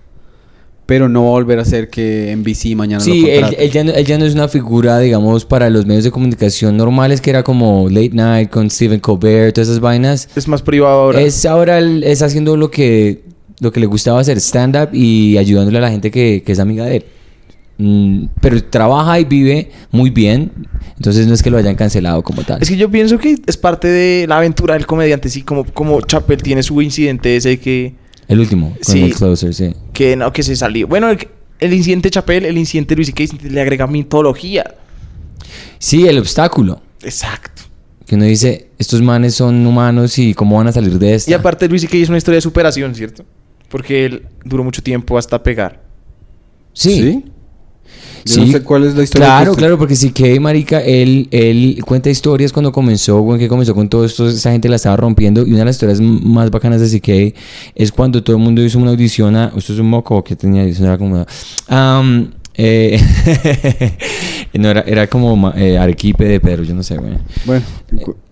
Speaker 1: Pero no va a volver a hacer que NBC mañana
Speaker 3: Sí,
Speaker 1: lo
Speaker 3: él,
Speaker 1: contrate.
Speaker 3: él ya no, él ya no es una figura, digamos, para los medios de comunicación normales, que era como Late Night con Stephen Colbert, todas esas vainas.
Speaker 2: Es más privado ahora.
Speaker 3: Es ahora él es haciendo lo que, lo que le gustaba hacer, stand-up y ayudándole a la gente que, que es amiga de él. Mm, pero trabaja y vive muy bien, entonces no es que lo hayan cancelado como tal.
Speaker 2: Es que yo pienso que es parte de la aventura del comediante, sí, como, como Chappelle tiene su incidente ese que,
Speaker 3: el último, con
Speaker 2: Sí.
Speaker 3: el Closer, sí.
Speaker 2: que no, que se salió. Bueno, el, el incidente Chappelle, el incidente Luis C.K. le agrega mitología.
Speaker 3: Sí, el obstáculo.
Speaker 2: Exacto.
Speaker 3: Que uno dice, estos manes son humanos y cómo van a salir de esto.
Speaker 2: Y aparte Luis C.K. es una historia de superación, ¿cierto? Porque él duró mucho tiempo hasta pegar.
Speaker 3: Sí.
Speaker 1: Yo no sé cuál es la historia este- que
Speaker 3: Claro,
Speaker 1: usted-
Speaker 3: claro, porque si que Marica, él, él cuenta historias cuando comenzó, güey, que comenzó con todo esto, esa gente la estaba rompiendo. Y una de las historias m- más bacanas de CK es cuando todo el mundo hizo una audición a. Esto es un moco que tenía, eso era como. Am, eh, *laughs* no, era, era como ma- eh, Arequipe de Pedro, yo no sé, güey.
Speaker 1: Bueno,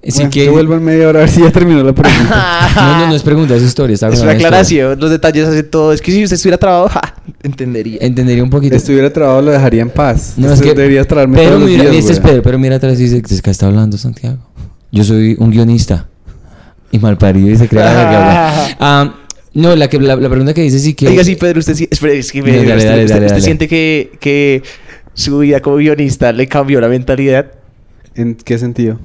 Speaker 3: Eh, sí
Speaker 1: bueno,
Speaker 3: que-
Speaker 1: que vuelvan media hora a ver si ya terminó la pregunta.
Speaker 3: *laughs* No, no, no es pregunta, es historia. estaba
Speaker 2: Ah. Es una
Speaker 3: contando historia.
Speaker 2: aclaración, los detalles hace todo. Es que si usted estuviera trabado, *laughs* ja, entendería.
Speaker 3: Entendería un poquito.
Speaker 1: Estuviera trabado, lo dejaría en paz.
Speaker 3: No, es
Speaker 1: Usted
Speaker 3: que-
Speaker 1: Este deberías traerme
Speaker 3: pero
Speaker 1: todos los
Speaker 3: mira,
Speaker 1: días,
Speaker 3: este es
Speaker 1: güey.
Speaker 3: Pedro, pero mira atrás y dice, ¿de qué está hablando Santiago? Yo soy un guionista. Y malparido y se crea la verga,
Speaker 1: *laughs*
Speaker 3: güey. Ah, no, la, que, la, la pregunta que dice sí que...
Speaker 2: Oiga, sí, Pedro, usted sí. espere, es que
Speaker 3: Dale,
Speaker 2: Pedro,
Speaker 3: dale,
Speaker 2: usted,
Speaker 3: dale,
Speaker 2: usted-
Speaker 3: dale,
Speaker 2: usted
Speaker 3: dale.
Speaker 2: siente que, que su vida como guionista le cambió la mentalidad
Speaker 1: ¿En qué sentido?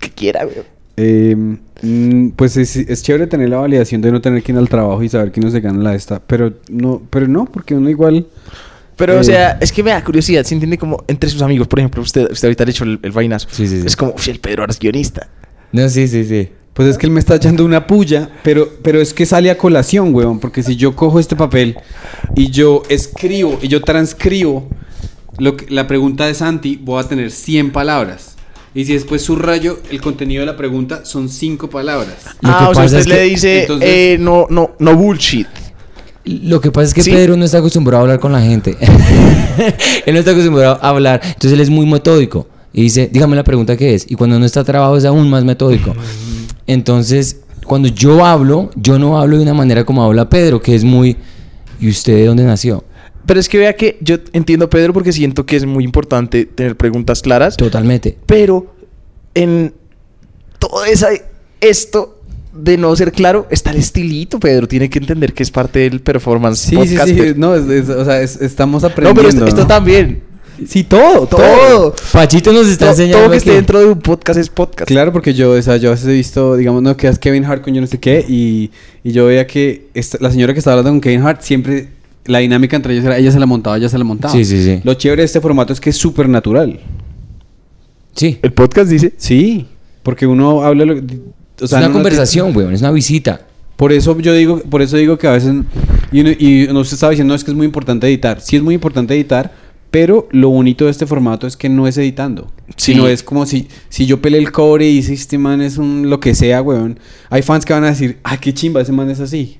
Speaker 2: que quiera, güey.
Speaker 1: Eh, mm, pues es, es chévere tener la validación de no tener que ir al trabajo y saber que no se gana la esta. Pero no, pero no, porque uno igual.
Speaker 2: Pero,
Speaker 1: Eh.
Speaker 2: o sea, es que me da curiosidad. Se entiende como entre sus amigos, por ejemplo, usted, usted ahorita le echó el, el vainazo.
Speaker 3: Sí, sí, sí.
Speaker 2: Es como, "Uy, el Pedro ahora es guionista.
Speaker 3: No, sí, sí, sí.
Speaker 1: Pues es que él me está echando una puya, pero, pero es que sale a colación, weón. Porque si yo cojo este papel y yo escribo y yo transcribo lo que- la pregunta de Santi, voy a tener 100 palabras. Y si después subrayo el contenido de la pregunta, son 5 palabras.
Speaker 3: Lo
Speaker 2: ah,
Speaker 3: que
Speaker 2: o sea,
Speaker 3: pasa
Speaker 2: usted
Speaker 3: es
Speaker 2: le
Speaker 3: que-
Speaker 2: dice,
Speaker 1: entonces-
Speaker 2: eh, no, no, no bullshit.
Speaker 3: Lo que pasa es que
Speaker 2: Sí.
Speaker 3: Pedro no está acostumbrado a hablar con la gente. *laughs* él no está acostumbrado a hablar. Entonces él es muy metódico. Y dice, dígame la pregunta que es. Y cuando no está trabajo es aún más metódico. Entonces, cuando yo hablo, yo no hablo de una manera como habla Pedro, que es muy... ¿Y usted de dónde nació?
Speaker 2: Pero es que vea que yo entiendo a Pedro porque siento que es muy importante tener preguntas claras.
Speaker 3: Totalmente.
Speaker 2: Pero en todo esa, esto de no ser claro está el estilito, Pedro. Tiene que entender que es parte del performance.
Speaker 1: Sí, sí,
Speaker 2: podcaster.
Speaker 1: sí. No, es- es- o sea, es- estamos
Speaker 2: No,
Speaker 1: aprendiendo.
Speaker 2: pero esto, esto
Speaker 1: ¿no?
Speaker 2: también.
Speaker 1: Sí, todo,
Speaker 2: Todo.
Speaker 3: Pachito nos está
Speaker 2: Todo,
Speaker 3: enseñando.
Speaker 2: todo que esté
Speaker 3: aquí.
Speaker 2: dentro de un podcast es podcast.
Speaker 1: Claro, porque yo, o sea, yo a veces he visto, digamos, no, que es Kevin Hart con yo no sé qué, y, y yo veía que esta- la señora que estaba hablando con Kevin Hart siempre, la dinámica entre ellos era, ella se la montaba, ella se la montaba.
Speaker 3: Sí, sí, sí.
Speaker 1: Lo chévere de este formato es que es súper natural.
Speaker 3: Sí.
Speaker 2: El podcast dice.
Speaker 1: Sí, porque uno habla, lo- o sea,
Speaker 3: es una
Speaker 1: no- no te-
Speaker 3: conversación, weón. Es una visita.
Speaker 1: por eso yo digo, por eso digo que a veces, y, uno, y uno- usted estaba diciendo, no, es que es muy importante editar. Sí es muy importante editar, pero lo bonito de este formato es que no es editando.
Speaker 2: Sí.
Speaker 1: Sino es como si, si yo peleé el cobre y dice, este man es un lo que sea, weón. Hay fans que van a decir, ah, qué chimba, ese man es así.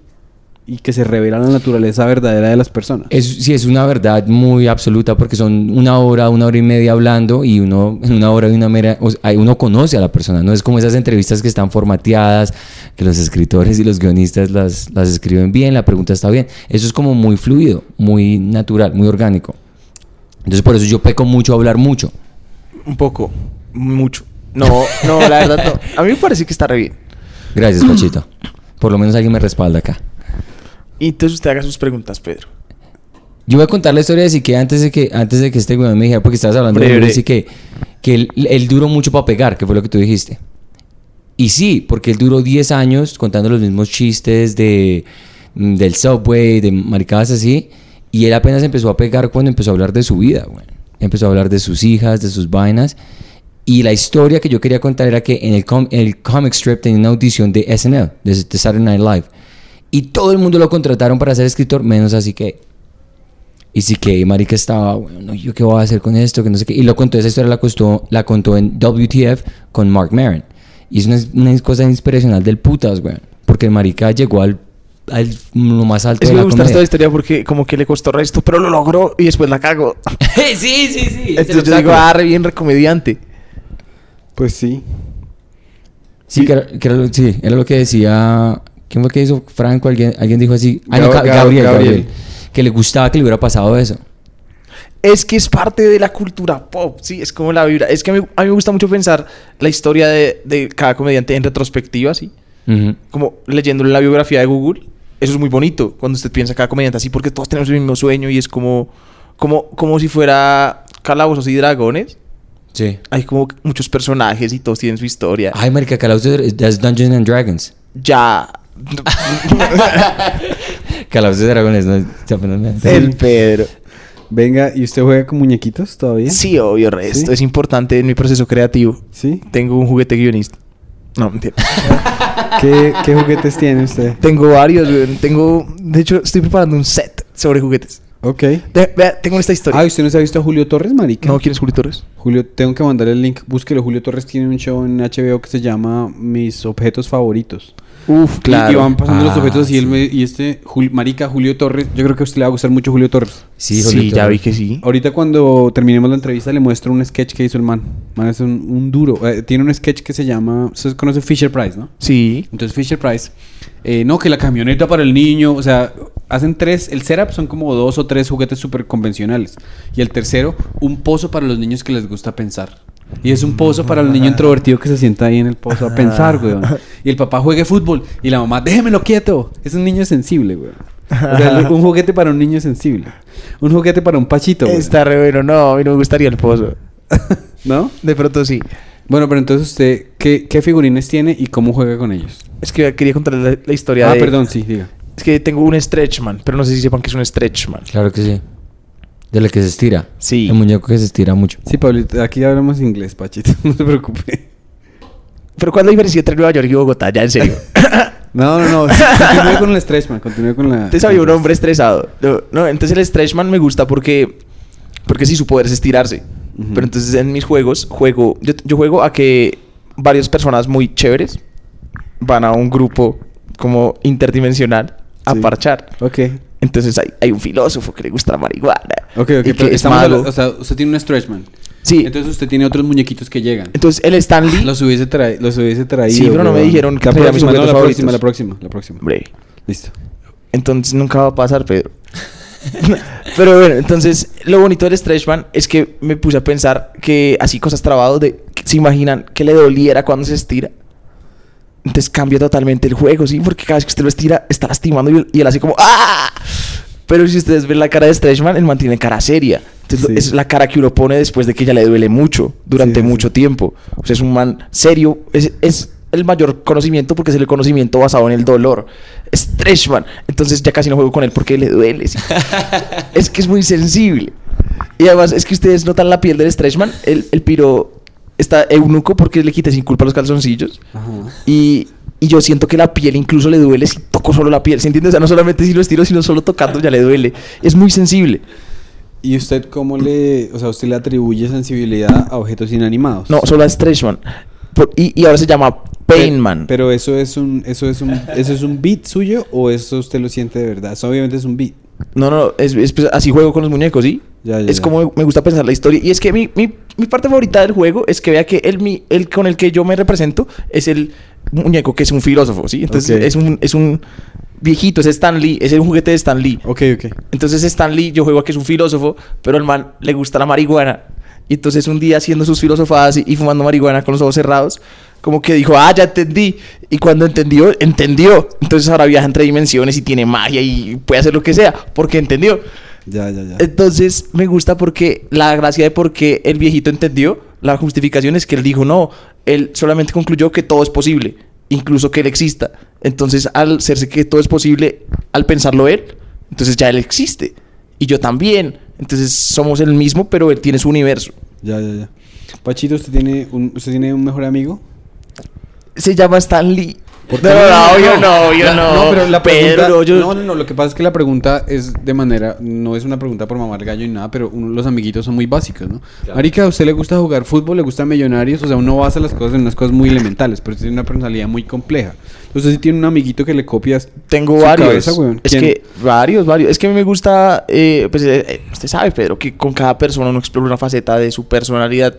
Speaker 1: Y que se revela la naturaleza verdadera de las personas.
Speaker 2: Eh,
Speaker 3: Es, sí, es una verdad muy absoluta porque son una hora, una hora y media hablando y uno en una hora y una mera, o sea, ahí uno conoce a la persona. No es como esas entrevistas que están formateadas, que los escritores y los guionistas las, las escriben bien, la pregunta está bien. Eso es como muy fluido, muy natural, muy orgánico. Entonces por eso yo peco mucho a hablar mucho.
Speaker 2: Un poco. Mucho. No, no, la verdad no. A mí me parece que está re bien.
Speaker 3: Gracias, Pachito. Por lo menos alguien me respalda acá.
Speaker 2: Y entonces usted haga sus preguntas, Pedro.
Speaker 3: Yo voy a contar la historia de Sique antes de que antes de que este weón me dijera, porque estabas hablando
Speaker 2: Breve,
Speaker 3: de
Speaker 2: breve.
Speaker 3: Luis que, que él, él duró mucho para pegar, que fue lo que tú dijiste. Y sí, porque él duró 10 años contando los mismos chistes de, mm, del subway, de maricadas así, y él apenas empezó a pegar cuando empezó a hablar de su vida, weón. Empezó a hablar de sus hijas, de sus vainas. Y la historia que yo quería contar era que en el, com- el comic strip tenía una audición de SNL, de, de Saturday Night Live. Y todo el mundo lo contrataron para ser escritor, menos así que y sí que marica estaba, bueno, no, yo qué voy a hacer con esto, que no sé qué. Y lo contó, esa historia la, costó, la contó en WTF con Mark Maron. Y es una, una cosa inspiracional del putas, weón. Porque el marica llegó al al- lo más alto
Speaker 2: Es
Speaker 3: de
Speaker 2: que me
Speaker 3: la
Speaker 2: gusta esta
Speaker 3: comedia.
Speaker 2: historia porque como que le costó resto, pero lo logró y después la cago.
Speaker 3: *laughs* sí, sí, sí. es el
Speaker 2: Entonces yo digo,
Speaker 3: obstáculo.
Speaker 2: ah, re bien recomediante.
Speaker 1: Pues sí.
Speaker 3: Sí, que era, que era lo, sí, era lo que decía. ¿Quién fue que hizo Franco? Alguien, alguien dijo así. Ah, no,
Speaker 1: Gab-
Speaker 3: Ga-
Speaker 1: Gab- Gabriel.
Speaker 3: Gabriel, Gabriel. Que le gustaba que le hubiera pasado eso.
Speaker 2: Es que es parte de la cultura pop, sí, es como la vibra. Es que a mí, a mí me gusta mucho pensar la historia de, de cada comediante en retrospectiva, sí.
Speaker 3: Ujú.
Speaker 2: Como leyendo la biografía de Google, eso es muy bonito cuando usted piensa cada comediante así, porque todos tenemos el mismo sueño y es como, como, como si fuera calabozos y dragones.
Speaker 3: Sí.
Speaker 2: Hay como muchos personajes y todos tienen su historia.
Speaker 3: Ay, marica, Calabozos de- that's Dungeons and Dragons.
Speaker 1: *laughs*
Speaker 2: Ya.
Speaker 3: Calabozos de Dragones, ¿no? Ya, pero no-
Speaker 2: El Pedro.
Speaker 1: Venga, ¿y usted juega con muñequitos todavía?
Speaker 2: Sí, obvio, resto.
Speaker 1: ¿Sí?
Speaker 2: Es importante en mi proceso creativo.
Speaker 1: ¿Sí?
Speaker 2: Tengo un juguete guionista. No, mentira.
Speaker 1: *laughs* ¿Qué, qué juguetes tiene usted?
Speaker 2: Tengo varios, güey. Tengo... De hecho, estoy preparando un set sobre juguetes.
Speaker 1: Ok.
Speaker 2: Ve- vea, tengo esta historia.
Speaker 1: Ah, ¿usted no se ha visto a Julio Torres, marica?
Speaker 2: no, ¿quién es Julio Torres?
Speaker 1: Julio, tengo que mandar el link. Búsquelo. Julio Torres tiene un show en HBO que se llama Mis objetos favoritos.
Speaker 2: Uf,
Speaker 1: Y, y van pasando los
Speaker 3: Ah,
Speaker 1: objetos y él
Speaker 3: sí.
Speaker 1: me- y este Jul- marica Julio Torres, yo creo que a usted le va a gustar mucho Julio Torres.
Speaker 3: Sí,
Speaker 2: Sí,
Speaker 3: Julio
Speaker 2: ya
Speaker 3: Torres.
Speaker 2: vi que sí.
Speaker 1: Ahorita cuando terminemos la entrevista le muestro un sketch que hizo el man. Man es un, un duro. Eh, tiene un sketch que se llama, ustedes conocen Fisher Price, ¿no?
Speaker 2: Sí.
Speaker 1: Entonces Fisher Price, eh, no, que la camioneta para el niño, o sea, hacen tres, el setup son como dos o tres juguetes súper convencionales. Y el tercero, un pozo para los niños que les gusta pensar. Y es un pozo para el niño introvertido que se sienta ahí en el pozo a pensar, weón. Y el papá juegue fútbol y la mamá, déjemelo quieto. Es un niño sensible, weón. O sea, un juguete para un niño sensible. Un juguete para un pachito, weón.
Speaker 2: Está re bueno. No, a mí no me gustaría el pozo.
Speaker 1: ¿No?
Speaker 2: De pronto sí.
Speaker 1: Bueno, pero entonces usted, ¿qué, qué figurines tiene y cómo juega con ellos?
Speaker 2: Es que quería contar la, la historia
Speaker 1: Ah,
Speaker 2: de...
Speaker 1: perdón, sí, diga.
Speaker 2: Es que tengo un stretchman, pero no sé si sepan que es un stretchman.
Speaker 3: Claro que sí. De la que se estira.
Speaker 2: Sí.
Speaker 3: El muñeco que se estira mucho.
Speaker 1: Sí, Pablito, aquí hablamos inglés, Pachito, *laughs* no se preocupe.
Speaker 2: Pero ¿cuál es la diferencia entre Nueva York y Bogotá? Ya, en serio.
Speaker 1: *coughs* No,
Speaker 2: *coughs*
Speaker 1: no, no, continúe con el stretch, man, continúe con la...
Speaker 2: *laughs* Te sabía un hombre estresado. No, no, entonces el stretchman me gusta porque... Porque sí, su poder es estirarse.
Speaker 1: Ujú.
Speaker 2: Pero entonces en mis juegos juego... Yo, yo juego a que varias personas muy chéveres van a un grupo como interdimensional a
Speaker 1: Sí.
Speaker 2: parchar.
Speaker 1: Ok,
Speaker 2: Entonces hay, hay un filósofo que le gusta la marihuana.
Speaker 1: ok,
Speaker 2: y
Speaker 1: ok,
Speaker 2: que
Speaker 1: pero
Speaker 2: es
Speaker 1: estamos
Speaker 2: mago.
Speaker 1: hablando, o sea, usted tiene un stretch, man.
Speaker 2: sí. Entonces,
Speaker 1: Entonces Ah, usted tiene otros muñequitos que llegan.
Speaker 2: el Stanley...
Speaker 1: Los hubiese, traído, los hubiese traído.
Speaker 2: Sí, pero no me
Speaker 1: weón.
Speaker 2: dijeron que
Speaker 1: la
Speaker 2: traía mis
Speaker 1: próxima, no,
Speaker 2: juguetes
Speaker 1: la próxima,
Speaker 2: favoritos.
Speaker 1: la próxima, la próxima.
Speaker 2: Hombre, *laughs*
Speaker 1: Listo.
Speaker 2: Entonces nunca va a pasar, Pedro. *laughs* Pero bueno, entonces lo bonito del Stretchman es que me puse a pensar que así cosas trabadas de se imaginan que le doliera cuando se estira. Entonces cambia totalmente el juego, ¿sí? Porque cada vez que usted lo estira, está lastimando y él, y él hace como ¡Ah! Pero si ustedes ven la cara de Stretchman, él mantiene cara seria. Entonces
Speaker 1: Sí.
Speaker 2: lo- es la cara que uno pone después de que ya le duele mucho, durante
Speaker 1: Sí, sí, sí.
Speaker 2: mucho tiempo. O sea, es un man serio. Es, es el mayor conocimiento porque es el conocimiento basado en el dolor. Es Treshman. Entonces ya casi no juego con él porque le duele. sí. es que es muy sensible. Y además es que ustedes notan la piel del Stretchman. El, el piro está eunuco porque le quita sin culpa los calzoncillos.
Speaker 1: Ajá.
Speaker 2: Y, y yo siento que la piel incluso le duele si toco solo la piel. ¿Se entiende? O sea, no solamente si lo estiro, sino solo tocando ya le duele. Es muy sensible.
Speaker 1: ¿Y usted cómo le, o sea, usted le atribuye sensibilidad a objetos inanimados?
Speaker 2: No, solo a Stretchman. Por- y, y ahora se llama Painman.
Speaker 1: Pero, eso es un, eso es un, eso es un beat suyo o eso usted lo siente de verdad. Eso obviamente es un beat.
Speaker 2: No, no, es, es, pues, así juego con los muñecos, ¿sí?
Speaker 1: Ya, ya,
Speaker 2: es
Speaker 1: ya.
Speaker 2: como me gusta pensar la historia. Y es que mi, mi, mi parte favorita del juego es que vea que el, mi, el con el que yo me represento es el muñeco que es un filósofo, ¿sí? Entonces
Speaker 1: Ok.
Speaker 2: es, un, es un viejito, es Stan Lee, es el juguete de Stan Lee.
Speaker 1: Ok, ok.
Speaker 2: Entonces Stan Lee, yo juego a que es un filósofo, pero el man le gusta la marihuana. Y entonces un día haciendo sus filosofadas y, y fumando marihuana con los ojos cerrados, como que dijo, ah, ya entendí. Y cuando entendió, entendió. Entonces ahora viaja entre dimensiones y tiene magia y puede hacer lo que sea, porque entendió.
Speaker 1: Ya, ya, ya.
Speaker 2: Eh, Entonces me gusta porque la gracia de por qué el viejito entendió, la justificación es que él dijo no, él solamente concluyó que todo es posible, incluso que él exista. Entonces al hacerse que todo es posible, al pensarlo él, entonces ya él existe. Y yo también. Entonces somos el mismo, pero él tiene su universo.
Speaker 1: Ya, ya, ya. Pachito, ¿usted tiene un, usted tiene un mejor amigo?
Speaker 2: Se llama Stan Lee. No, no, obvio no, obvio
Speaker 1: La-
Speaker 2: no.
Speaker 1: pero la pregunta.
Speaker 2: Pedro, yo-
Speaker 1: No, no, no. Lo que pasa es que la pregunta es de manera. No es una pregunta por mamar gallo ni nada, pero uno- los amiguitos son muy básicos, ¿no? Marica, ¿a usted le gusta jugar fútbol? ¿Le gusta Millonarios? O sea, uno basa las cosas en unas cosas muy elementales, pero tiene una personalidad muy compleja. Usted sí tiene un amiguito que le copias.
Speaker 2: Tengo
Speaker 1: su
Speaker 2: varios.
Speaker 1: cabeza, weón.
Speaker 2: es
Speaker 1: ¿Quién?
Speaker 2: que varios, varios. Es que a mí me gusta, eh, pues eh, eh, usted sabe, Pedro, que con cada persona uno explora una faceta de su personalidad.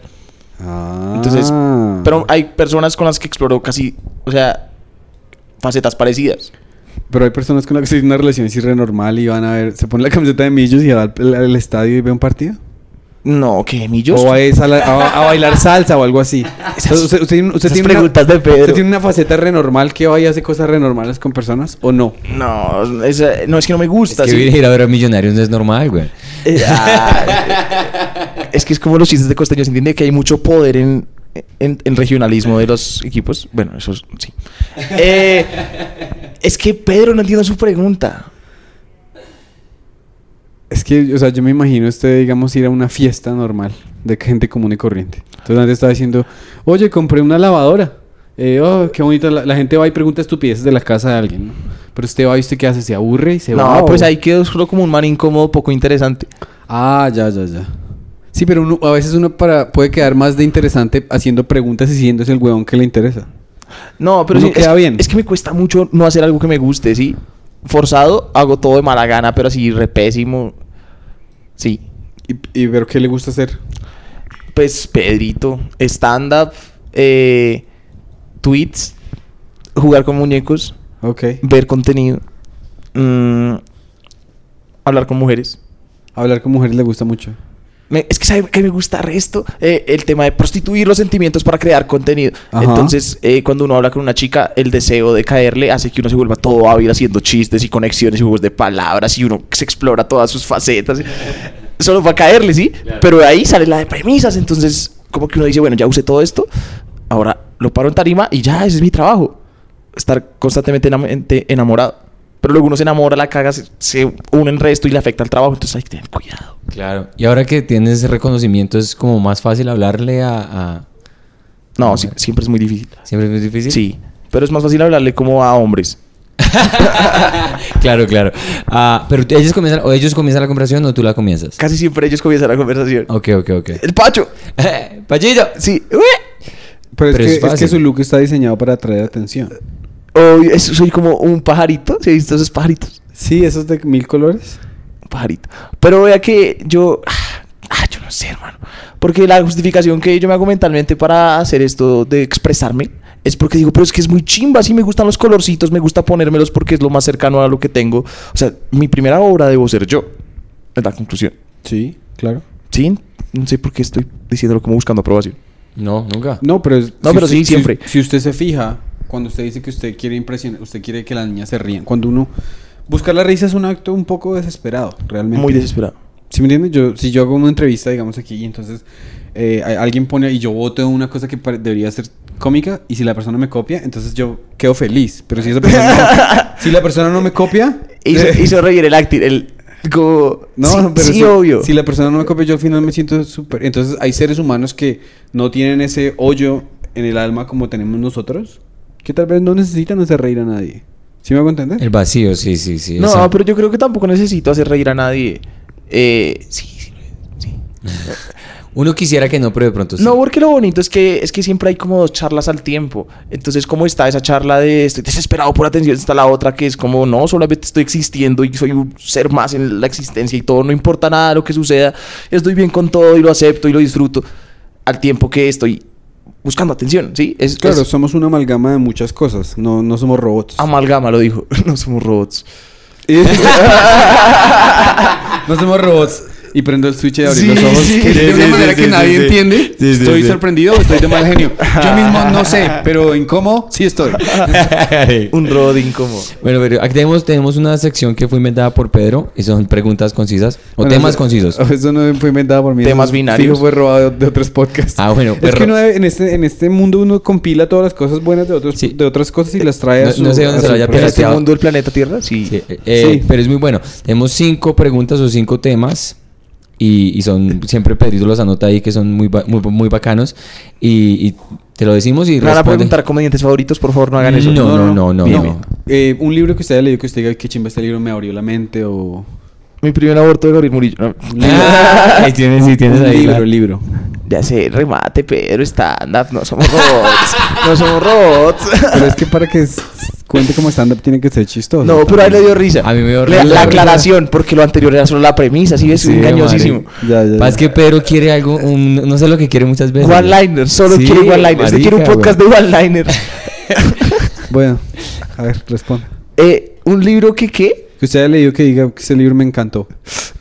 Speaker 1: Ah.
Speaker 2: Entonces, Pero hay personas con las que exploro casi, o sea, facetas parecidas.
Speaker 1: Pero hay personas con las que tienen una relación así re normal y van a ver. Se pone la camiseta de Millos y va al, al- al estadio y ve un partido.
Speaker 2: No, que millos.
Speaker 1: O va es a, la- a- a bailar salsa o algo así.
Speaker 2: Esas-
Speaker 1: usted, usted tiene- usted
Speaker 2: esas
Speaker 1: tiene una-
Speaker 2: preguntas de Pedro.
Speaker 1: ¿Usted tiene una faceta renormal que va y hace cosas renormales con personas o no?
Speaker 2: No, esa- no, es que no me gusta.
Speaker 3: que
Speaker 2: sí.
Speaker 3: ir a ver a Millonarios no es normal, güey.
Speaker 2: Eh, ah,
Speaker 1: *laughs*
Speaker 2: es que es como los chistes de costeños, entiende que hay mucho poder en, en, en regionalismo de los equipos. Bueno, eso es- sí. Eh, es que Pedro no entiendo su pregunta.
Speaker 1: Es que, o sea, yo me imagino usted, digamos, ir a una fiesta normal de gente común y corriente. Entonces antes estaba diciendo, oye, compré una lavadora. Eh, oh, qué bonita. La, la gente va y pregunta estupideces de la casa de alguien, ¿no? Pero usted va y usted qué hace, se aburre y se
Speaker 2: no,
Speaker 1: va. o-
Speaker 2: pues ahí quedó solo como un man incómodo, poco interesante.
Speaker 1: Ah, ya, ya, ya. Sí, pero uno, a veces uno para, puede quedar más de interesante haciendo preguntas y siéndose el huevón que le interesa.
Speaker 2: No, pero
Speaker 1: Uno
Speaker 2: sí,
Speaker 1: queda
Speaker 2: es,
Speaker 1: bien.
Speaker 2: es que me cuesta mucho no hacer algo que me guste, ¿sí? Forzado, hago todo de mala gana, pero así re pésimo. Sí.
Speaker 1: Y, y ver qué le gusta hacer.
Speaker 2: Pues Pedrito, stand-up, eh, tweets, jugar con muñecos,
Speaker 1: Ok.
Speaker 2: ver contenido, mm, hablar con mujeres.
Speaker 1: Hablar con mujeres le gusta mucho.
Speaker 2: Me- es que sabe que me gusta resto Eh, el tema de prostituir los sentimientos para crear contenido.
Speaker 1: Ajá.
Speaker 2: Entonces, eh, cuando uno habla con una chica, el deseo de caerle hace que uno se vuelva todo hábil haciendo chistes y conexiones y juegos de palabras y uno se explora todas sus facetas. Solo para caerle, ¿sí? Pero de ahí sale la de premisas. Entonces, como que uno dice, bueno, ya usé todo esto, ahora lo paro en tarima y ya, ese es mi trabajo. Estar constantemente enam- ente- enamorado. Pero luego uno se enamora, la caga, se, se une en resto y le afecta al trabajo. Entonces hay que tener cuidado.
Speaker 3: Claro. Y ahora que tienes reconocimiento, es como más fácil hablarle a. a-
Speaker 2: No, sí- siempre es muy difícil.
Speaker 3: Siempre es muy difícil.
Speaker 2: Sí, pero es más fácil hablarle como a hombres.
Speaker 3: *laughs* claro, claro. Ah, pero ellos comienzan, o ellos comienzan la conversación o tú la comienzas.
Speaker 2: Casi siempre ellos comienzan la conversación.
Speaker 3: Ok, ok, ok.
Speaker 2: El Pacho.
Speaker 3: *laughs* Pachito.
Speaker 2: Sí.
Speaker 1: Pero,
Speaker 3: Pero
Speaker 1: es,
Speaker 3: es
Speaker 1: que, es que
Speaker 3: fácil.
Speaker 1: su look está diseñado para atraer atención.
Speaker 2: Obvio, es- soy como un pajarito. ¿Se ha visto esos pajaritos?
Speaker 1: Sí, esos de mil colores.
Speaker 2: Un pajarito. Pero vea que yo... Ah, yo no sé, hermano. Porque la justificación que yo me hago mentalmente para hacer esto de expresarme es porque digo, pero es que es muy chimba. Sí, me gustan los colorcitos, me gusta ponérmelos porque es lo más cercano a lo que tengo. O sea, mi primera obra debo ser yo. Es la conclusión.
Speaker 1: Sí, claro.
Speaker 2: Sí, no sé por qué estoy diciéndolo como buscando aprobación.
Speaker 3: No, nunca.
Speaker 1: No, pero, es-
Speaker 2: No, pero sí, siempre.
Speaker 1: Si, usted se fija, cuando usted dice que usted quiere impresionar, usted quiere que las niñas se rían. Cuando uno. Buscar la risa es un acto un poco desesperado, realmente.
Speaker 2: Muy desesperado.
Speaker 1: ¿Sí me entiendes? Yo, si yo hago una entrevista, digamos, aquí, y entonces eh, a- alguien pone y yo voto una cosa que pare- debería ser cómica, y si la persona me copia, entonces yo quedo feliz. Pero si esa persona
Speaker 2: *laughs*
Speaker 1: no, si la persona no me copia.
Speaker 2: Hizo,
Speaker 1: eh,
Speaker 2: hizo reír el acting, el como
Speaker 1: No,
Speaker 2: sí,
Speaker 1: pero
Speaker 2: sí,
Speaker 1: si,
Speaker 2: obvio.
Speaker 1: si la persona no me copia, yo al final me siento súper. Entonces, hay seres humanos que no tienen ese hoyo en el alma como tenemos nosotros, que tal vez no necesitan hacer reír a nadie. ¿Sí me hago entender?
Speaker 3: El vacío, sí, sí, sí.
Speaker 2: no,
Speaker 3: exacto.
Speaker 2: pero yo creo que tampoco necesito hacer reír a nadie. Eh, sí, sí, sí.
Speaker 3: Uno quisiera que no, pero de pronto Pues sí.
Speaker 2: No, porque lo bonito es que es que siempre hay como dos charlas al tiempo. Entonces, ¿cómo está esa charla de estoy desesperado por atención? Está la otra que es como, no, solamente estoy existiendo y soy un ser más en la existencia y todo, no importa nada lo que suceda, estoy bien con todo y lo acepto y lo disfruto al tiempo que estoy buscando atención, ¿sí? Es,
Speaker 1: Claro,
Speaker 2: es
Speaker 1: somos una amalgama de muchas cosas, no, no somos robots.
Speaker 2: amalgama, lo dijo. *laughs* No somos robots.
Speaker 1: *laughs* no somos robots. Y prendo el switch y abrir
Speaker 2: Sí,
Speaker 1: los ojos.
Speaker 2: sí,
Speaker 1: que de
Speaker 2: sí,
Speaker 1: una
Speaker 2: sí,
Speaker 1: manera
Speaker 2: sí,
Speaker 1: que
Speaker 2: sí,
Speaker 1: nadie
Speaker 2: sí.
Speaker 1: entiende.
Speaker 3: Sí, sí,
Speaker 1: estoy
Speaker 3: sí.
Speaker 1: sorprendido o estoy de mal genio. Yo mismo no sé, pero incómodo sí estoy.
Speaker 3: *laughs*
Speaker 2: Un robot incómodo.
Speaker 3: Bueno, pero aquí tenemos, tenemos una sección que fue inventada por Pedro y son preguntas concisas o
Speaker 1: Bueno,
Speaker 3: temas
Speaker 1: eso-
Speaker 3: concisos.
Speaker 1: *laughs* Eso no fue inventado por mí.
Speaker 2: Temas
Speaker 1: eso
Speaker 2: binarios.
Speaker 1: fijo fue robado de, de otros podcasts.
Speaker 3: Ah, bueno,
Speaker 1: Es
Speaker 3: pero-
Speaker 1: que uno debe- en, este, en este mundo uno compila todas las cosas buenas de, otros,
Speaker 3: Sí.
Speaker 1: de otras cosas y las trae a
Speaker 3: No-
Speaker 1: su...
Speaker 3: no sé dónde
Speaker 1: a
Speaker 3: se lo
Speaker 1: su
Speaker 3: haya
Speaker 1: propio-
Speaker 2: ¿En este
Speaker 3: pirateado.
Speaker 2: mundo del planeta Tierra? Sí.
Speaker 3: Sí, eh, eh,
Speaker 1: Sí.
Speaker 3: Pero es muy bueno. Tenemos cinco preguntas o cinco temas. Y, y son siempre Pedrito los anota ahí que son muy, ba- muy, muy bacanos. Y, y Te lo decimos y
Speaker 2: Me van a
Speaker 3: responde.
Speaker 2: preguntar comediantes favoritos, por favor, no hagan eso.
Speaker 3: No, no, no, no,
Speaker 2: Bien,
Speaker 3: no.
Speaker 2: bien.
Speaker 1: Eh, un libro que usted haya leído que usted diga qué chimba este libro me abrió la mente o
Speaker 2: Mi primer aborto de Gabriel Murillo. No.
Speaker 3: Ah, *laughs* ahí tienes, sí, tienes
Speaker 1: un
Speaker 3: ahí.
Speaker 1: libro,
Speaker 3: la-
Speaker 1: libro.
Speaker 2: Ya sé, remate, Pedro, estándar, no somos robots. no somos robots.
Speaker 1: Pero es que para que s- cuente como stand-up tiene que ser chistoso.
Speaker 2: *laughs* No, pero a él le dio risa.
Speaker 3: A mí me dio
Speaker 2: Le-
Speaker 3: risa.
Speaker 2: La aclaración, porque lo anterior era solo la premisa, sí, es
Speaker 3: Sí,
Speaker 2: engañosísimo.
Speaker 3: marica.
Speaker 1: Ya, ya, ya.
Speaker 3: Pasa Es que Pedro quiere algo, un- no sé lo que quiere muchas veces.
Speaker 2: One liner, solo
Speaker 3: Sí,
Speaker 2: quiere one liner. Usted quiere un
Speaker 3: marica,
Speaker 2: podcast
Speaker 3: güey.
Speaker 2: de
Speaker 3: *laughs*
Speaker 2: one liner.
Speaker 1: Bueno, a ver, responde.
Speaker 2: eh, un libro que qué?
Speaker 1: Que usted haya leído que diga que ese libro me encantó.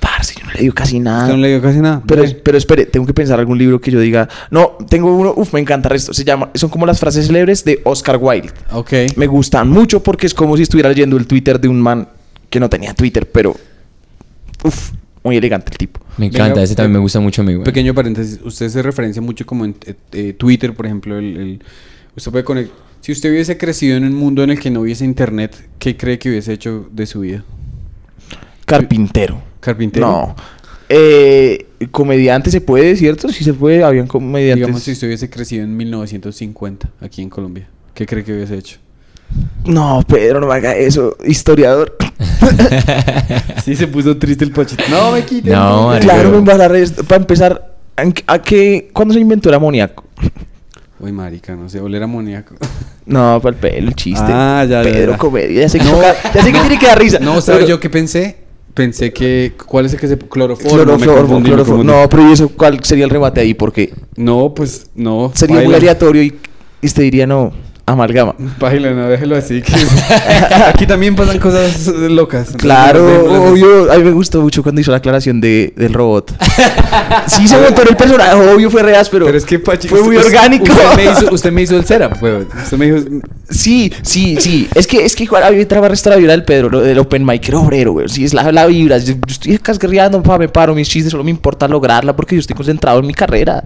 Speaker 2: Parce, yo no le digo casi nada.
Speaker 1: Usted Ah, no leyó casi nada.
Speaker 2: Pero,
Speaker 1: Bien.
Speaker 2: pero espere, tengo que pensar algún libro que yo diga. No, tengo uno, uff, me encanta esto. Se llama, son como las frases célebres de Oscar Wilde.
Speaker 1: Ok.
Speaker 2: Me gustan mucho porque es como si estuviera leyendo el Twitter de un man que no tenía Twitter, pero. Uff, muy elegante el tipo.
Speaker 3: Me encanta,
Speaker 1: Venga,
Speaker 3: ese también
Speaker 1: eh,
Speaker 3: me gusta mucho a mí, güey.
Speaker 1: Pequeño paréntesis, usted se referencia mucho como en eh, eh, Twitter, por ejemplo, el, el- usted puede conect- Si usted hubiese crecido en un mundo en el que no hubiese internet, ¿qué cree que hubiese hecho de su vida?
Speaker 2: Carpintero.
Speaker 1: Carpintero.
Speaker 2: No. Eh, comediante se puede, ¿cierto? Sí se puede, habían comediantes.
Speaker 1: Digamos si usted hubiese crecido en 1950 aquí en Colombia, ¿qué cree que hubiese hecho?
Speaker 2: No, Pedro, no me haga eso. Historiador.
Speaker 1: *laughs* sí se puso triste el pachito. *laughs* No me quiten.
Speaker 3: No,
Speaker 1: me
Speaker 3: Ay,
Speaker 1: quiten.
Speaker 2: claro,
Speaker 3: pero-
Speaker 2: me embarrar esto. Para empezar, ¿a qué- ¿a qué, ¿cuándo se inventó el amoníaco?
Speaker 1: Uy, marica, no sé, oler amoníaco. *laughs*
Speaker 2: No, para el pelo, el chiste.
Speaker 1: Ah, ya, ya,
Speaker 2: Pedro,
Speaker 1: ya.
Speaker 2: comedia. Ya sé que,
Speaker 1: No,
Speaker 2: toca- ya sé que
Speaker 1: no.
Speaker 2: tiene que dar risa.
Speaker 1: No, ¿sabe
Speaker 2: Pero-
Speaker 1: yo qué pensé? Pensé que ¿cuál es el que se cloroformo? me
Speaker 2: Cloroformo,
Speaker 1: confundí, me
Speaker 2: cloroformo.
Speaker 1: confundí.
Speaker 2: No, pero ¿y eso cuál sería el remate ahí? Porque
Speaker 1: No, pues no.
Speaker 2: sería muy
Speaker 1: baila.
Speaker 2: aleatorio y, y te diría no, amalgama.
Speaker 1: Baila, no déjelo así. que- *laughs* Aquí también pasan cosas eh, locas. entonces, no, déjelo
Speaker 2: Claro,
Speaker 1: así.
Speaker 2: obvio. A mí me gustó mucho cuando hizo la aclaración de,
Speaker 1: *laughs*
Speaker 2: del robot. sí, se montó en el personaje, obvio, fue reas, pero.
Speaker 1: Pero es que Pachi,
Speaker 2: Fue muy
Speaker 1: usted-
Speaker 2: orgánico.
Speaker 1: Usted me
Speaker 2: *laughs*
Speaker 1: hizo, usted me hizo el setup, weón. Usted me dijo.
Speaker 2: Sí, sí, sí. Es que, es que igual había traba esta la vibra del Pedro, lo del open mic, era obrero, güey. Sí, es la, la vibra. Yo, yo estoy casguerreando, pa, me paro mis chistes, solo me importa lograrla porque yo estoy concentrado en mi carrera.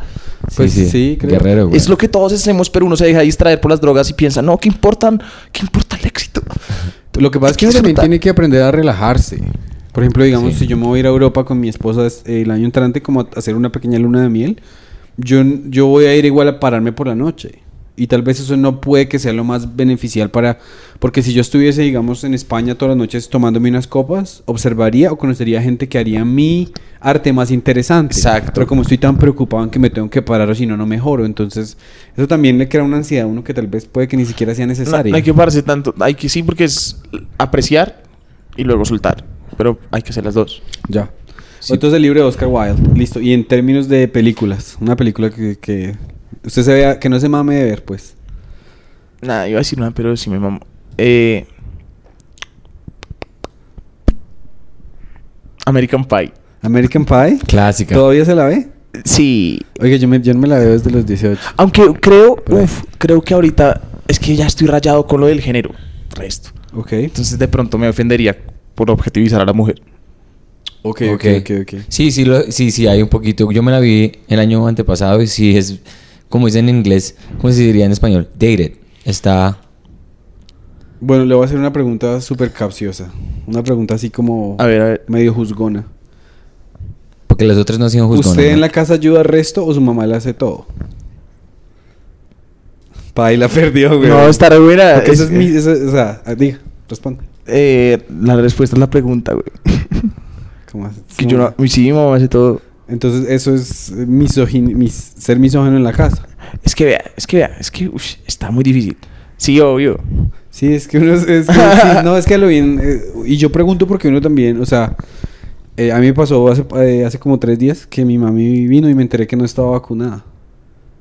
Speaker 1: Pues sí, creo.
Speaker 3: guerrero, güey.
Speaker 2: Es lo que todos hacemos, pero uno se deja distraer por las drogas y piensa, no, ¿qué importan? ¿Qué importa el éxito?
Speaker 1: Lo que pasa es que uno también
Speaker 2: Disfruta.
Speaker 1: tiene que aprender a relajarse. Por ejemplo, digamos,
Speaker 3: Sí.
Speaker 1: si yo me voy a ir a Europa con mi esposa es- eh, el año entrante, como a hacer una pequeña luna de miel, yo, n- yo voy a ir igual a pararme por la noche. Y tal vez eso no puede que sea lo más beneficial para... Porque si yo estuviese, digamos, en España todas las noches tomándome unas copas, observaría o conocería gente que haría mi arte más interesante.
Speaker 2: Exacto.
Speaker 1: Pero como estoy tan preocupado en que me tengo que parar o si no, no mejoro. Entonces, eso también le crea una ansiedad a uno que tal vez puede que ni siquiera sea
Speaker 2: No,
Speaker 1: necesaria.
Speaker 2: no hay que pararse tanto. Hay que sí, porque es apreciar y luego soltar. Pero hay que hacer las dos.
Speaker 1: Ya. Entonces el libro de Oscar Wilde, listo. Y en términos de películas, una película que, que usted se vea, que no se mame de ver, pues.
Speaker 2: Nada, iba a decir una, pero sí me mamo. Eh, American Pie.
Speaker 1: American Pie.
Speaker 3: Clásica.
Speaker 1: ¿Todavía se la ve?
Speaker 2: Sí.
Speaker 1: Oiga, yo, me- yo no me la veo desde los 18.
Speaker 2: Aunque creo,
Speaker 1: Por ahí.
Speaker 2: uf, creo que ahorita es que ya estoy rayado con lo del género. Resto.
Speaker 1: Ok.
Speaker 2: Entonces de pronto me ofendería por objetivizar a la mujer.
Speaker 1: Ok, ok, ok, ok.
Speaker 3: Sí, sí, lo- sí, sí, hay un poquito. Yo me la vi el año antepasado y sí es, como dicen en inglés, ¿cómo se diría en español? Dated. Está...
Speaker 1: Bueno, le voy a hacer una pregunta súper capciosa. Una pregunta así como
Speaker 2: A ver, a ver.
Speaker 1: medio juzgona.
Speaker 3: Porque las otras no han sido juzgonas.
Speaker 1: ¿Usted en
Speaker 3: ¿no?
Speaker 1: la casa ayuda al resto o su mamá le hace todo? Pai la *laughs* perdió, güey.
Speaker 2: No, está re buena.
Speaker 1: Porque esa es
Speaker 2: Es-
Speaker 1: mi. esa- o sea, ah, diga, responda.
Speaker 2: Eh, la respuesta es la pregunta, güey.
Speaker 1: ¿Cómo hace?
Speaker 2: que yo no... Sí, mi mamá hace todo.
Speaker 1: Entonces eso es eh, misogin- mis- ser misógino en la casa.
Speaker 2: Es que vea, es que vea, es que ush, está muy difícil. Sí, obvio.
Speaker 1: Sí, es que uno es,
Speaker 3: *laughs*
Speaker 1: es que- sí, no es que a lo bien eh, y yo pregunto porque uno también, o sea, eh, a mí me pasó hace, eh, hace como tres días que mi mami vino y me enteré que no estaba vacunada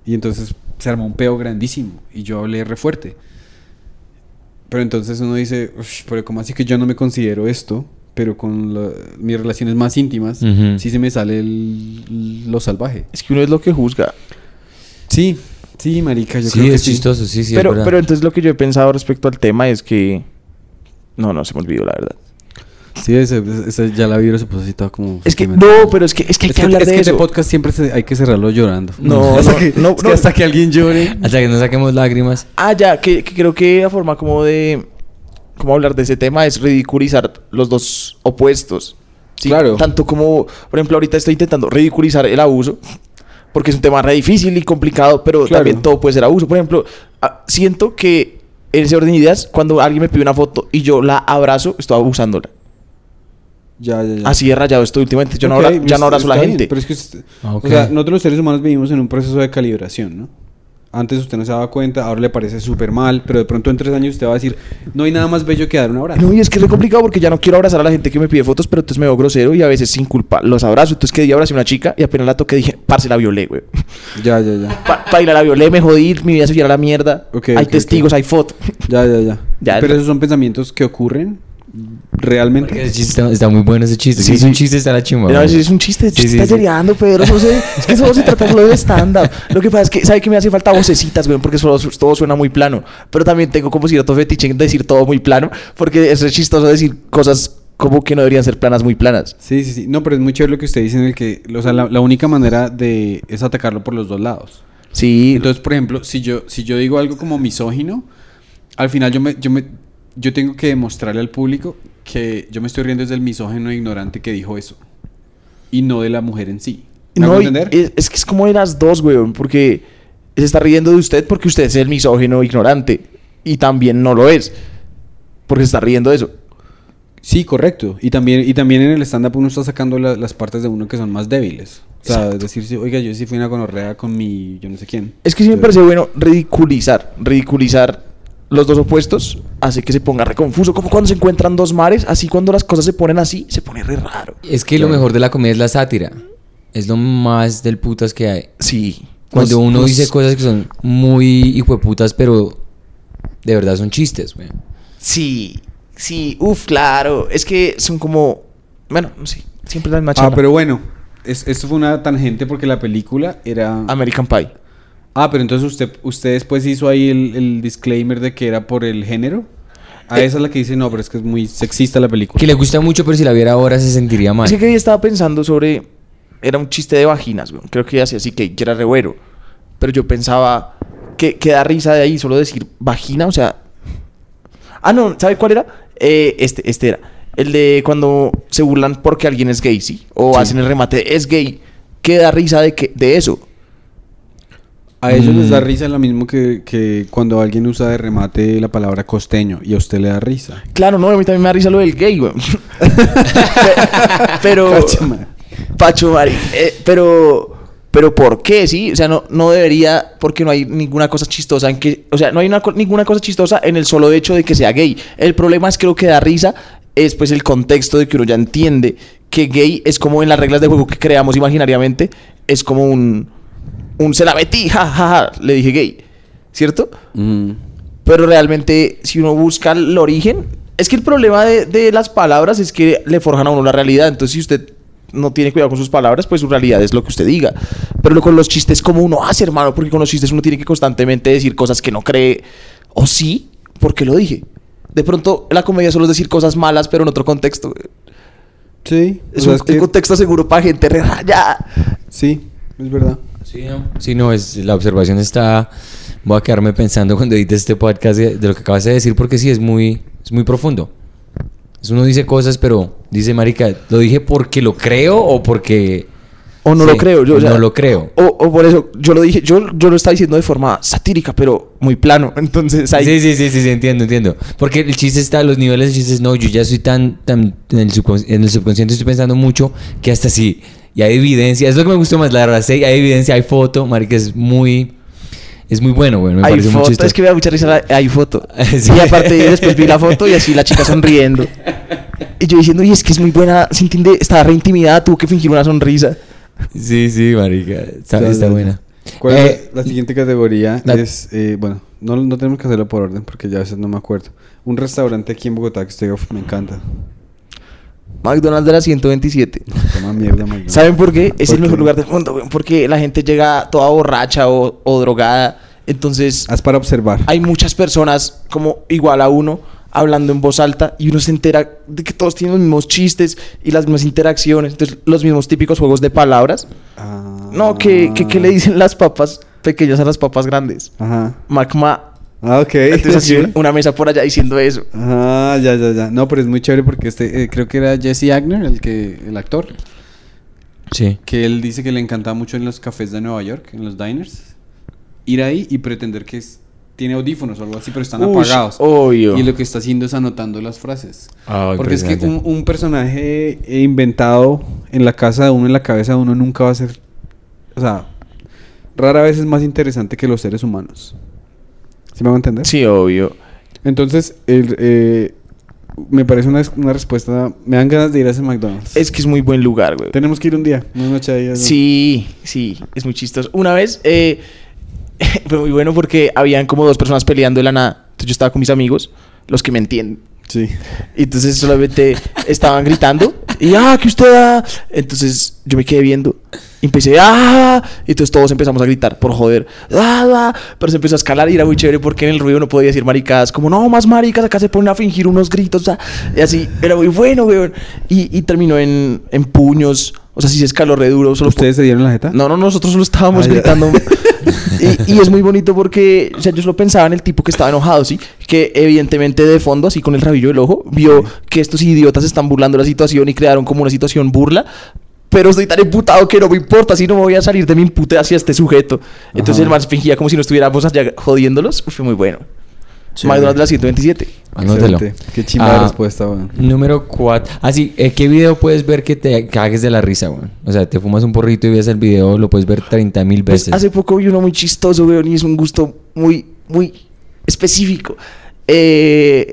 Speaker 1: y entonces se armó un peo grandísimo y yo hablé re fuerte. Pero entonces uno dice, "Ush, pero cómo así que yo no me considero esto, pero con la- mis relaciones más íntimas
Speaker 3: Ujú.
Speaker 1: sí se me sale el- lo salvaje.
Speaker 2: Es que uno es lo que juzga.
Speaker 1: Sí, sí, marica, yo creo
Speaker 3: Sí,
Speaker 1: que
Speaker 3: es
Speaker 1: sí.
Speaker 3: chistoso, sí, sí. es
Speaker 2: pero,
Speaker 3: verdad.
Speaker 2: pero entonces lo que yo he pensado respecto al tema es que... No, no, se me olvidó, la verdad.
Speaker 1: Sí, ese, ese- ya la vibra se puso así toda como...
Speaker 2: Es que,
Speaker 1: sentimental.
Speaker 2: no, pero es que, es que hay
Speaker 1: Es
Speaker 2: que, hablar
Speaker 1: es
Speaker 2: de
Speaker 1: que
Speaker 2: eso.
Speaker 1: este podcast siempre se- hay que cerrarlo llorando.
Speaker 2: No,
Speaker 1: hasta
Speaker 2: no,
Speaker 1: que,
Speaker 2: no,
Speaker 1: *laughs* es que
Speaker 2: no.
Speaker 1: hasta que alguien llore.
Speaker 3: Hasta que no saquemos lágrimas.
Speaker 2: Ah, ya, que, que creo que la forma como de... Como hablar de ese tema es ridiculizar los dos opuestos. Sí,
Speaker 1: Claro.
Speaker 2: Tanto como, por ejemplo, ahorita estoy intentando ridiculizar el abuso. porque es un tema re difícil y complicado, pero
Speaker 1: Claro.
Speaker 2: también todo puede ser abuso. Por ejemplo, ah, siento que en ese orden de ideas, cuando alguien me pide una foto y yo la abrazo, estoy abusándola.
Speaker 1: Ya, ya, ya.
Speaker 2: Así de rayado estoy últimamente. Ah, Yo no
Speaker 1: Ok,
Speaker 2: abra- ya no
Speaker 1: está-
Speaker 2: abrazo a la
Speaker 1: está bien,
Speaker 2: gente.
Speaker 1: pero es que usted-
Speaker 3: Ah, ok.
Speaker 1: o sea, nosotros los seres humanos vivimos en un proceso de calibración, ¿no? Antes usted no se daba cuenta, ahora le parece súper mal, pero de pronto en tres años usted va a decir, no hay nada más bello que dar un abrazo.
Speaker 2: No, y es que es re complicado porque ya no quiero abrazar a la gente que me pide fotos, pero entonces me veo grosero y a veces sin culpa los abrazo. Entonces que día abracé a una chica y apenas la toqué dije, parce, la violé, güey.
Speaker 1: Ya, ya, ya.
Speaker 2: Pa paila, la violé, me jodí, mi vida se fue a la mierda.
Speaker 1: Ok,
Speaker 2: hay
Speaker 1: ok,
Speaker 2: testigos,
Speaker 1: ok.
Speaker 2: hay fotos.
Speaker 1: Ya, ya, ya.
Speaker 2: Ya,
Speaker 1: pero
Speaker 2: ya.
Speaker 1: esos son pensamientos que ocurren
Speaker 3: Porque
Speaker 1: realmente.
Speaker 3: ese chiste está, está muy bueno ese chiste.
Speaker 2: Sí,
Speaker 3: si es un
Speaker 2: sí.
Speaker 3: chiste, está la chimba.
Speaker 2: No,
Speaker 3: güey.
Speaker 2: es un chiste,
Speaker 3: Sí,
Speaker 2: chiste
Speaker 3: sí,
Speaker 2: estás
Speaker 3: sí.
Speaker 2: lloreando, Pedro. no sé, es que solo se trata solo de stand-up. Lo que pasa es que, ¿sabe que me hace falta vocecitas, güey? Porque solo, todo suena muy plano. Pero también tengo como cierto fetiche en decir todo muy plano, porque es re chistoso decir cosas como que no deberían ser planas, muy planas.
Speaker 1: Sí, sí, sí. No, pero es muy chévere lo que usted dice en el que, o sea, la, la única manera de es atacarlo por los dos lados.
Speaker 2: Sí,
Speaker 1: Entonces, por ejemplo, si yo, si yo digo algo como misógino, al final yo me, yo me yo tengo que demostrarle al público que yo me estoy riendo desde el misógino e ignorante que dijo eso. Y no de la mujer en sí. ¿Me hago
Speaker 2: No, y-
Speaker 1: entender?
Speaker 2: Es, es que es como de las dos, weón, porque se está riendo de usted porque usted es el misógino ignorante y también no lo es, porque se está riendo de eso.
Speaker 1: Sí, correcto. Y también, y también en el stand-up uno está sacando la- las partes de uno que son más débiles. O sea, decir, sí, oiga, yo sí fui una gonorrea con mi yo no sé quién.
Speaker 2: Es que sí me
Speaker 1: Yo-
Speaker 2: parece bueno ridiculizar, ridiculizar los dos opuestos hace que se ponga reconfuso, como cuando se encuentran dos mares, así cuando las cosas se ponen así, se pone re raro.
Speaker 3: Es que lo mejor de la comedia es la sátira. Es lo más del putas que hay.
Speaker 2: Sí.
Speaker 3: Cuando
Speaker 2: Nos-
Speaker 3: uno
Speaker 2: nos-
Speaker 3: dice cosas que son muy hijueputas, pero de verdad son chistes, güey.
Speaker 2: Sí, sí, uff, claro, es que son como, bueno, no sé, siempre la misma
Speaker 1: Ah,
Speaker 2: charla.
Speaker 1: pero bueno, es- esto fue una tangente porque la película era...
Speaker 2: American Pie.
Speaker 1: Ah, pero entonces usted, usted después hizo ahí el, el disclaimer de que era por el género. A
Speaker 2: Eh,
Speaker 1: esa es la que dice, no, pero es que es muy sexista la película.
Speaker 3: Que le gusta mucho, pero si la viera ahora se sentiría mal.
Speaker 2: Es que que día estaba pensando sobre. Era un chiste de vaginas, weón. Creo que ya hacía así que que era rebuero. Pero yo pensaba que, que da risa de ahí solo decir vagina, o sea. Ah, no, ¿sabe cuál era? Eh, este, este era. El de cuando se burlan porque alguien es gay, sí. O hacen el remate, es gay. Que da risa de, que, de eso.
Speaker 1: A ellos les da
Speaker 3: Mm.
Speaker 1: risa lo mismo que, que cuando alguien usa de remate la palabra costeño y a usted le da risa.
Speaker 2: Claro, no, a mí también me da risa lo del gay, weón. *laughs*
Speaker 1: *laughs*
Speaker 2: Pero.
Speaker 1: Cacho, madre.
Speaker 2: Pacho Mari. eh, pero, pero ¿por qué? Sí, o sea, no, no debería, porque no hay ninguna cosa chistosa en que, o sea, no hay una co- ninguna cosa chistosa en el solo hecho de que sea gay. El problema es que lo que da risa es pues el contexto de que uno ya entiende que gay es como en las reglas de juego que creamos imaginariamente, es como un, un se la metí, ja, ja, ja, le dije gay, ¿cierto? Mm. Pero realmente, si uno busca el origen, es que el problema de, de las palabras es que le forjan a uno la realidad. Entonces, si usted no tiene cuidado con sus palabras, pues su realidad es lo que usted diga. Pero lo- con los chistes, como uno hace, hermano? Porque con los chistes uno tiene que constantemente decir cosas que no cree. O sí, porque lo dije. De pronto, la comedia solo es decir cosas malas, pero en otro contexto.
Speaker 1: Sí, o
Speaker 2: Es
Speaker 1: sea,
Speaker 2: un,
Speaker 1: es que-
Speaker 2: un contexto seguro para gente re rayada.
Speaker 1: sí, es verdad.
Speaker 3: Sí, no. Sí, no, es, la observación está. Voy a quedarme pensando *laughs* cuando edite este podcast de, de lo que acabas de decir, porque sí, es muy, es muy profundo. Es Uno dice cosas, pero dice, Marica, ¿lo dije porque lo creo o porque.?
Speaker 2: O no
Speaker 3: Sí,
Speaker 2: lo creo. Yo, o
Speaker 3: no
Speaker 2: sea,
Speaker 3: lo creo.
Speaker 2: O, o por eso, yo lo dije, yo, yo lo estaba diciendo de forma satírica, pero muy plano. *laughs* Entonces, ahí.
Speaker 3: Sí, sí, sí, sí, sí, entiendo, entiendo. Porque el chiste está, los niveles de chistes, no, yo ya soy tan, tan en, el subcon- en el subconsciente estoy pensando mucho que hasta sí, y hay evidencia, es lo que me gustó más, la verdad, sí, hay evidencia, hay foto, marica, es muy, es muy bueno, güey, me
Speaker 2: hay
Speaker 3: parece muy
Speaker 2: foto,
Speaker 3: chistoso. Ah,
Speaker 2: es que me da mucha risa, la-
Speaker 3: *laughs*
Speaker 2: hay foto.
Speaker 3: Sí.
Speaker 2: Y aparte, después vi la foto y así la
Speaker 3: *laughs*
Speaker 2: chica sonriendo. Y yo diciendo, y es que es muy buena, se entiende, estaba re intimidada, tuvo que fingir una sonrisa.
Speaker 3: Sí, sí, marica, está,
Speaker 1: Ya,
Speaker 3: está
Speaker 1: ya, ya.
Speaker 3: buena.
Speaker 1: ¿Cuál
Speaker 3: Eh,
Speaker 1: es la siguiente categoría?
Speaker 3: la-
Speaker 1: es, eh, bueno, no, no tenemos que hacerlo por orden porque ya a veces no me acuerdo. Un restaurante aquí en Bogotá que usted diga, "Uf, me encanta.
Speaker 2: McDonald's de la 127.
Speaker 1: Toma mierda, marica.
Speaker 2: ¿Saben por qué? Es
Speaker 1: ¿Por
Speaker 2: el mejor
Speaker 1: qué?
Speaker 2: lugar del mundo, weón, porque la gente llega toda borracha o, o drogada. Entonces,
Speaker 3: Ah,
Speaker 1: Haz Ah, para observar.
Speaker 2: hay muchas personas como igual a uno hablando en voz alta y uno se entera de que todos tienen los mismos chistes y las mismas interacciones, entonces los mismos típicos juegos de palabras.
Speaker 1: Ah.
Speaker 2: No, que, que, que le dicen las papas pequeñas a las papas grandes.
Speaker 1: Ajá.
Speaker 2: Macma.
Speaker 1: Ah, ok.
Speaker 2: Entonces así
Speaker 1: ok.
Speaker 2: una- una mesa por allá diciendo eso.
Speaker 1: Ah, ya, ya, ya. No, pero es muy chévere porque este, eh, creo que era Jesse Agner, el que, el actor.
Speaker 3: Sí.
Speaker 1: que él dice que le encanta mucho en los cafés de Nueva York, en los diners, ir ahí y pretender que es- tiene audífonos o algo así, pero están
Speaker 2: Ush,
Speaker 1: apagados.
Speaker 2: obvio.
Speaker 1: Y lo que está haciendo es anotando las frases.
Speaker 3: Ah,
Speaker 1: Porque es que un,
Speaker 3: impresionante.
Speaker 1: un personaje eh, inventado en la casa de uno, en la cabeza de uno, nunca va a ser... O sea, rara vez es más interesante que los seres humanos. ¿Sí me van a entender?
Speaker 2: Sí, obvio.
Speaker 1: Entonces, el, eh, me parece una, una respuesta... Me dan ganas de ir a ese McDonald's.
Speaker 2: Es que es muy buen lugar, güey.
Speaker 1: Tenemos que ir un día, una noche ahí. ¿no?
Speaker 2: Sí, sí, es muy chistoso. Una vez eh, *laughs* fue muy bueno porque habían como dos personas peleando de la nada. Entonces yo estaba con mis amigos, los que me entienden.
Speaker 1: Sí.
Speaker 2: Y entonces solamente estaban gritando. Y ah, que usted ah. Entonces yo me quedé viendo. Y empecé ah. Y entonces todos empezamos a gritar por joder. Ah, ah. Pero se empezó a escalar y era muy chévere porque en el ruido no podía decir maricadas. Como no, más maricas. Acá se ponen a fingir unos gritos. ah". Y así era muy bueno, weón. Y, y terminó en, en puños. O sea, sí se escaló re duro. Solo po-
Speaker 1: ¿Ustedes se dieron la jeta?
Speaker 2: no, no, nosotros lo estábamos
Speaker 1: Ah, ya. *laughs*
Speaker 2: gritando. y, y es muy bonito porque, o sea, yo lo pensaba en el tipo que estaba enojado, ¿sí? Que evidentemente de fondo, así con el rabillo del ojo, vio que estos idiotas están burlando la situación y crearon como una situación burla. Pero estoy tan emputado que no me importa, si no me voy a salir de mi impute hacia este sujeto. Entonces
Speaker 1: Ajá.
Speaker 2: el man fingía como si no estuviéramos allá jodiéndolos. Uf, Fue muy bueno. McDonald's de la 127.
Speaker 3: Anótelo.
Speaker 1: Excelente. Qué chimba de
Speaker 3: Ah,
Speaker 1: respuesta, weón.
Speaker 3: Número 4. Así, eh, ¿qué video puedes ver que te cagues de la risa, weón? O sea, te fumas un porrito y ves el video, lo puedes ver 30 mil
Speaker 2: Pues,
Speaker 3: veces.
Speaker 2: hace poco vi uno muy chistoso, weón, y es un gusto muy, muy específico. Eh,